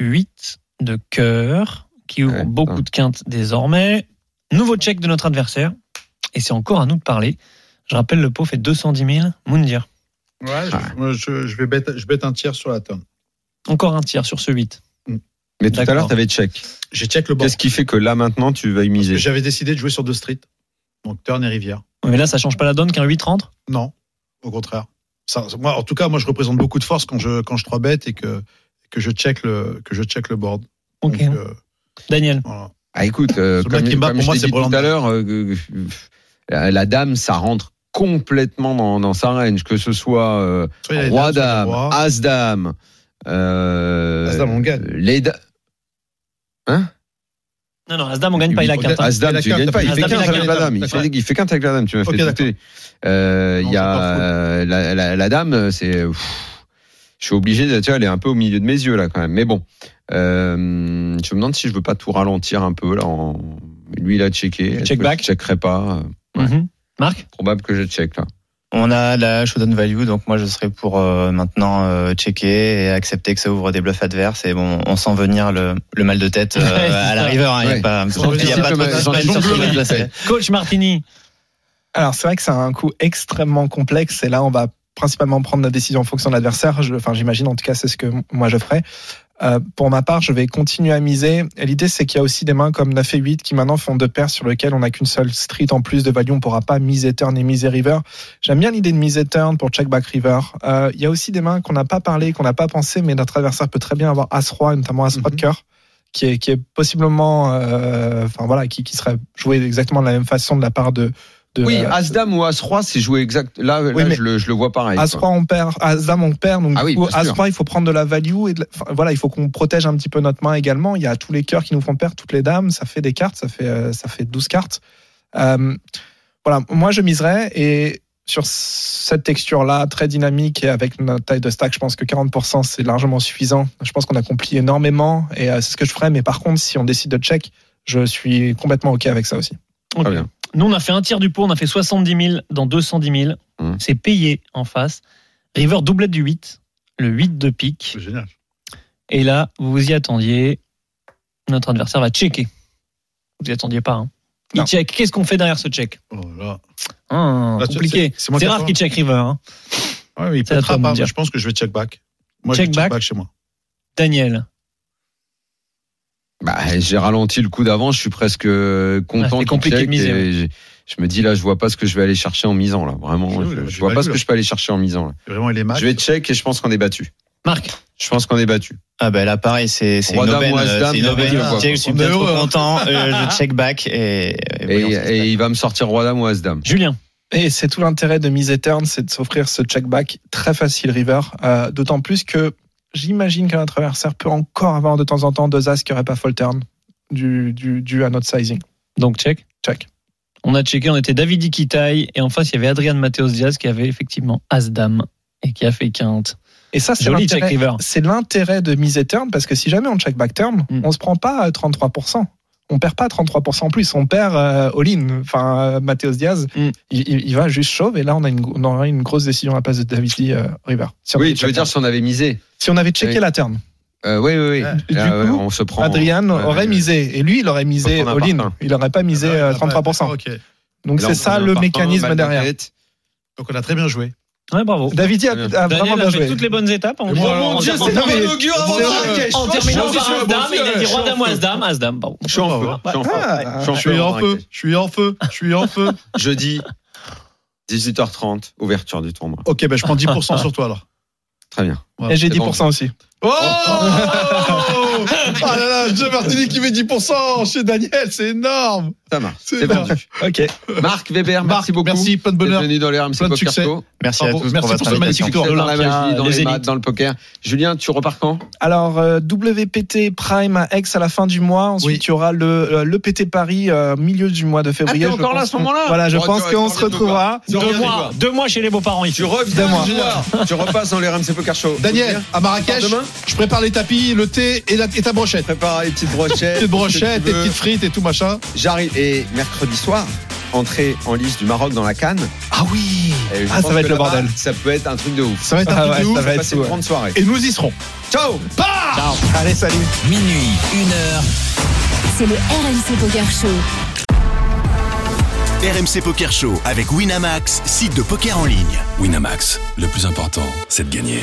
I: 8 de cœur, qui ouvre
E: Ouais,
I: beaucoup
E: putain.
I: de quintes désormais. Nouveau check de notre adversaire. Et c'est encore à nous de parler. Je rappelle, le pot fait 210 000. Moundir.
F: Ouais, je-
I: Ah.
F: moi, Je, je vais bête, je bête un tiers sur la turn.
I: Encore un tiers sur ce 8.
E: Mais tout à
I: D'accord.
E: l'heure, t'avais check.
F: J'ai check le board.
E: Qu'est-ce qui fait que là maintenant tu vas y
F: Parce que
E: miser
F: J'avais décidé de jouer sur deux streets. Donc turn et rivière.
I: Mais là, ça change pas la donne qu'un 8 rentre.
F: Non, au contraire. Ça, moi, en tout cas, moi, je représente beaucoup de force quand je quand je trois bêtes et que que je check le que je check le board.
I: Ok.
E: Mm-hmm.
F: Donc, euh,
I: Daniel.
F: voilà.
E: Ah écoute, euh,
F: Celui-là
E: comme,
F: qui me bat,
E: comme
F: pour
E: je
F: moi,
E: t'ai
F: c'est
E: dit tout
F: Brolanda.
E: à l'heure, euh, euh, la, la dame, ça rentre complètement dans, dans sa range, que ce soit. euh,
F: Soit il y a les
E: Roi
F: dames, soit il y a
E: dame,
F: le roi.
E: as dame. euh,
F: As dame, on gagne.
E: Les da-
I: Non, non, Asdam, on gagne pas, il a
F: Oui,
I: carte. hein.
E: as dame,
F: la
E: tu
F: carte,
E: gagnes pas. Il
I: t'as
E: fait
I: fait
E: 15
I: la
E: avec la
F: carte,
E: dame. Il
F: d'accord.
E: fait il fait 15 avec la dame. Tu m'as
F: Ok,
E: fait douter. Euh, Il y
F: Non, c'est pas
E: a
F: faux.
E: euh, la, la- la dame, c'est. pff, Je suis obligé de. Tu vois, elle est un peu au milieu de mes yeux là quand même. Mais bon, Euh, je me demande si je veux pas tout ralentir un peu là. En... Lui, il a checké. Est-ce
I: Check
E: que
I: back.
E: Je checkerai pas. Ouais.
I: Mhm. Marc
E: Probable que je check là.
H: On a la showdown value, donc moi je serais pour euh, maintenant euh, checker et accepter que ça ouvre des bluffs adverses. Et bon, on sent venir le, le mal de tête euh,
I: Ouais, c'est
H: à la
I: ça.
H: river. hein, Il n'y
E: Ouais.
H: a pas,
E: J'en
H: il y a
E: anticipe
H: pas
E: le
H: trop de
E: mal- j'en
H: suspense
E: anticipe
H: sur
E: le
H: ce
E: mal de
H: match-là, c'est-
I: Ah, Coach Martini.
G: Alors c'est vrai que c'est un coup extrêmement complexe et là on va principalement prendre la décision en fonction de l'adversaire. Je- Enfin j'imagine en tout cas c'est ce que m- moi je ferais. Euh, pour ma part, je vais continuer à miser. Et L'idée, c'est qu'il y a aussi des mains comme 9 et 8 qui maintenant font deux paires sur lesquelles on n'a qu'une seule street en plus de value. On ne pourra pas miser turn et miser river. J'aime bien l'idée de miser turn pour check back river. Euh, Il y a aussi des mains qu'on n'a pas parlé, qu'on n'a pas pensé, mais notre adversaire peut très bien avoir As-Roi, notamment As-Roi
F: Mhm.
G: de cœur. Qui est, qui est possiblement, euh, enfin voilà, qui, qui serait joué exactement de la même façon de la part de. de
E: Oui,
G: euh,
E: As-Dame ou As-Roi, c'est joué exact. Là, là,
G: mais-
E: je, le, je le vois pareil. quoi.
G: As-Roi, on perd. As-Dame, on perd. Donc,
E: Ah oui,
G: du coup,
E: bien sûr.
G: As-Roi, il faut prendre de la value. Et de la- enfin, voilà, il faut qu'on protège un petit peu notre main également. Il y a tous les cœurs qui nous font perdre, toutes les dames. Ça fait des cartes. Ça fait, euh, ça fait 12 cartes. Euh, voilà, moi, je miserais. Et sur cette texture-là, très dynamique et avec notre taille de stack, je pense que 40%, c'est largement suffisant. Je pense qu'on accomplit énormément. Et euh, c'est ce que je ferais. Mais par contre, si on décide de check, je suis complètement OK avec ça aussi.
I: Ok.
E: Très bien.
I: Nous, on a fait un tiers du pot, on a fait 70 000 dans 210 000.
E: Hmm.
I: C'est payé en face. River doublette du 8, le 8 de pique.
F: C'est génial.
I: Et là, vous vous y attendiez. Notre adversaire va checker. Vous y attendiez pas. hein. Il
G: Non.
I: check. Qu'est-ce qu'on fait derrière ce check
F: Oh là là.
I: Hein,
E: Ah,
F: Là, c'est-
I: Compliqué.
F: c'est- c'est moi qui
I: C'est rare
F: attends.
I: qu'il check River. hein.
F: Ouais, mais il
I: C'est à toi
F: peut
I: de me
F: pas.
I: dire.
F: Je pense que je vais check back. Moi,
I: Check
F: je vais
I: back.
F: check back chez moi.
I: Daniel.
E: Bah, j'ai ralenti le coup d'avant, je suis presque euh,
I: Ouais,
E: content
I: c'était
E: qu'il
I: compliqué de
E: check
I: miser,
E: et
I: ouais.
E: j'ai- je me dis là, je vois pas ce que je vais aller chercher en misant là, vraiment.
F: Oui, oui,
E: je,
F: là,
E: je
F: tu
E: vois
F: vas
E: pas
F: lui,
E: ce que
F: là.
E: je peux aller chercher en misant là.
F: Vraiment, il est mal.
E: Je vais check et je pense qu'on est battu.
I: Marc.
E: Je pense qu'on est battu.
H: Ah ben là pareil, c'est c'est une
E: Roi dame
H: aubaine,
E: ou as
H: euh,
E: dame,
H: c'est
E: il
H: une
E: y a
H: aubaine.
E: rien, quoi.
H: Je suis
F: On est
H: bien trop
F: heureux, hein.
H: content, euh, je check back et,
E: Et,
H: voyons ce qui se passe.
E: et il va me sortir roi dame ou as dame.
I: Julien.
G: Et c'est tout l'intérêt de Mise Turn, c'est de s'offrir ce check-back très facile river. Euh, D'autant plus que j'imagine qu'un adversaire peut encore avoir de temps en temps deux as qui n'auraient pas full turn, dû, dû, dû à notre sizing.
I: Donc check.
G: Check.
I: On a checké, on était David Iquitaille et en face il y avait Adrian Mateos Diaz qui avait effectivement As-Dame et qui a fait quinte.
G: Et ça, c'est
I: Joli check
G: l'intérêt.
I: River.
G: C'est l'intérêt de Mise Turn, parce que si jamais on check-back turn,
E: Hmm.
I: Mm.
G: on se prend pas à 33%. On perd pas 33% en plus, on perd euh, all-in. Enfin, euh, Mateos Diaz,
E: Hmm.
I: Mm.
G: il, il- il va juste chauve, et là, on, a une, on aura une grosse décision à la place de David Lee, euh, River. Si on
E: Oui,
G: avait
E: tu veux
G: check
E: dire
G: turn.
E: si on avait misé.
G: Si on avait checké
E: Oui.
G: la turn.
E: Euh, oui, oui, oui.
H: Ah.
G: Du
E: Là,
G: coup,
E: ouais, on se prend.
G: Adrian
E: ouais,
G: aurait
E: ouais.
G: misé. Et lui, il aurait misé
E: Quand on a un
G: all-in.
E: partant.
G: Il n'aurait pas misé
F: Ah,
G: euh,
F: ah, bah,
G: 33%.
F: ok.
G: Donc
E: Là,
G: c'est
E: on
G: ça
E: prend un
G: le
E: partant,
G: mécanisme
E: balle de
G: derrière.
E: tête.
F: Donc, on a très bien joué.
I: Ouais, bravo.
G: David a,
E: Très
G: a
I: Daniel
G: vraiment
I: a
G: bien
I: fait
G: joué.
I: toutes les bonnes étapes. En,
F: Et moi,
I: en-
F: mon
I: en-
F: Dieu,
I: en-
F: c'est
I: en-
F: dingue.
I: en terminant par As-Dame, il a dit Roi Dame ou As-Dame, As-Dame. pardon.
E: Je suis en feu.
H: bah,
I: Ah,
E: Je suis en feu.
G: Ah,
E: Je suis en feu,
F: Je suis en feu.
E: Marrakech.
F: Je suis en feu. Je suis en feu.
E: Jeudi, 18h30, ouverture du tournoi.
F: Ok, ben je prends 10% sur toi alors.
E: Très bien.
G: Et j'ai
E: C'est
G: 10% aussi.
F: Oh Oh là là, Joe Martini qui met 10% chez Daniel, c'est énorme.
E: Ça marche.
F: C'est
E: C'est vendu.
G: Ok.
E: Marc Weber,
F: Marc,
E: merci beaucoup.
F: merci, plein de bonheur.
E: Bienvenue dans les RMC
F: Plein de
E: Poker
F: succès.
E: Show.
H: Merci à
F: Bravo,
H: tous
F: merci
H: pour votre
F: pour ce magnifique
H: invitation.
E: Succès
F: tour de
E: dans la
I: l'Olympia,
E: magie, dans
I: les
E: les, maths,
I: élites.
E: dans le poker. Julien, tu repars quand
G: Alors euh, WPT Prime à Aix à la fin du mois. Ensuite,
F: Oui.
G: il y aura le euh, le PT Paris euh, milieu du mois de février.
E: Ah, t'es
G: Je
E: encore là à
G: pense
E: ce
G: qu'on-
E: moment-là
G: Voilà, je
E: Oh,
G: pense
E: tu vas
G: qu'on
E: être
G: se
E: revenu ou
G: retrouvera.
I: Deux mois, deux mois chez les beaux-parents ici.
E: Tu reviens,
G: Deux mois.
E: Julien. tu repasses dans les RMC Poker Show.
F: Daniel, à Marrakech,
E: Demain
F: je prépare les tapis, le thé et, la- et ta brochette.
E: Prépare les petites brochettes.
F: Tes
E: ce
F: brochettes,
E: que
F: tes
E: tu veux.
F: petites frites et tout machin.
E: J'arrive et mercredi soir, entrée en liste du Maroc dans la Cannes.
F: Ah oui
E: Et je
G: Ah, ça
E: pense
G: va être
E: que
G: le
E: là-bas,
G: bordel.
E: Ça peut être un truc de ouf.
F: Ça va être un
G: Ah
F: truc
G: ouais,
F: de ouf.
G: ça va être
E: Passez
G: fou,
E: une
G: ouais.
E: grande soirée.
F: Et nous y serons.
E: Ciao.
G: Allez, salut.
D: Minuit, 1h,
C: C'est le RMC Poker Show.
A: RMC Poker Show avec Winamax, site de poker en ligne.
B: Winamax, le plus important, c'est de gagner.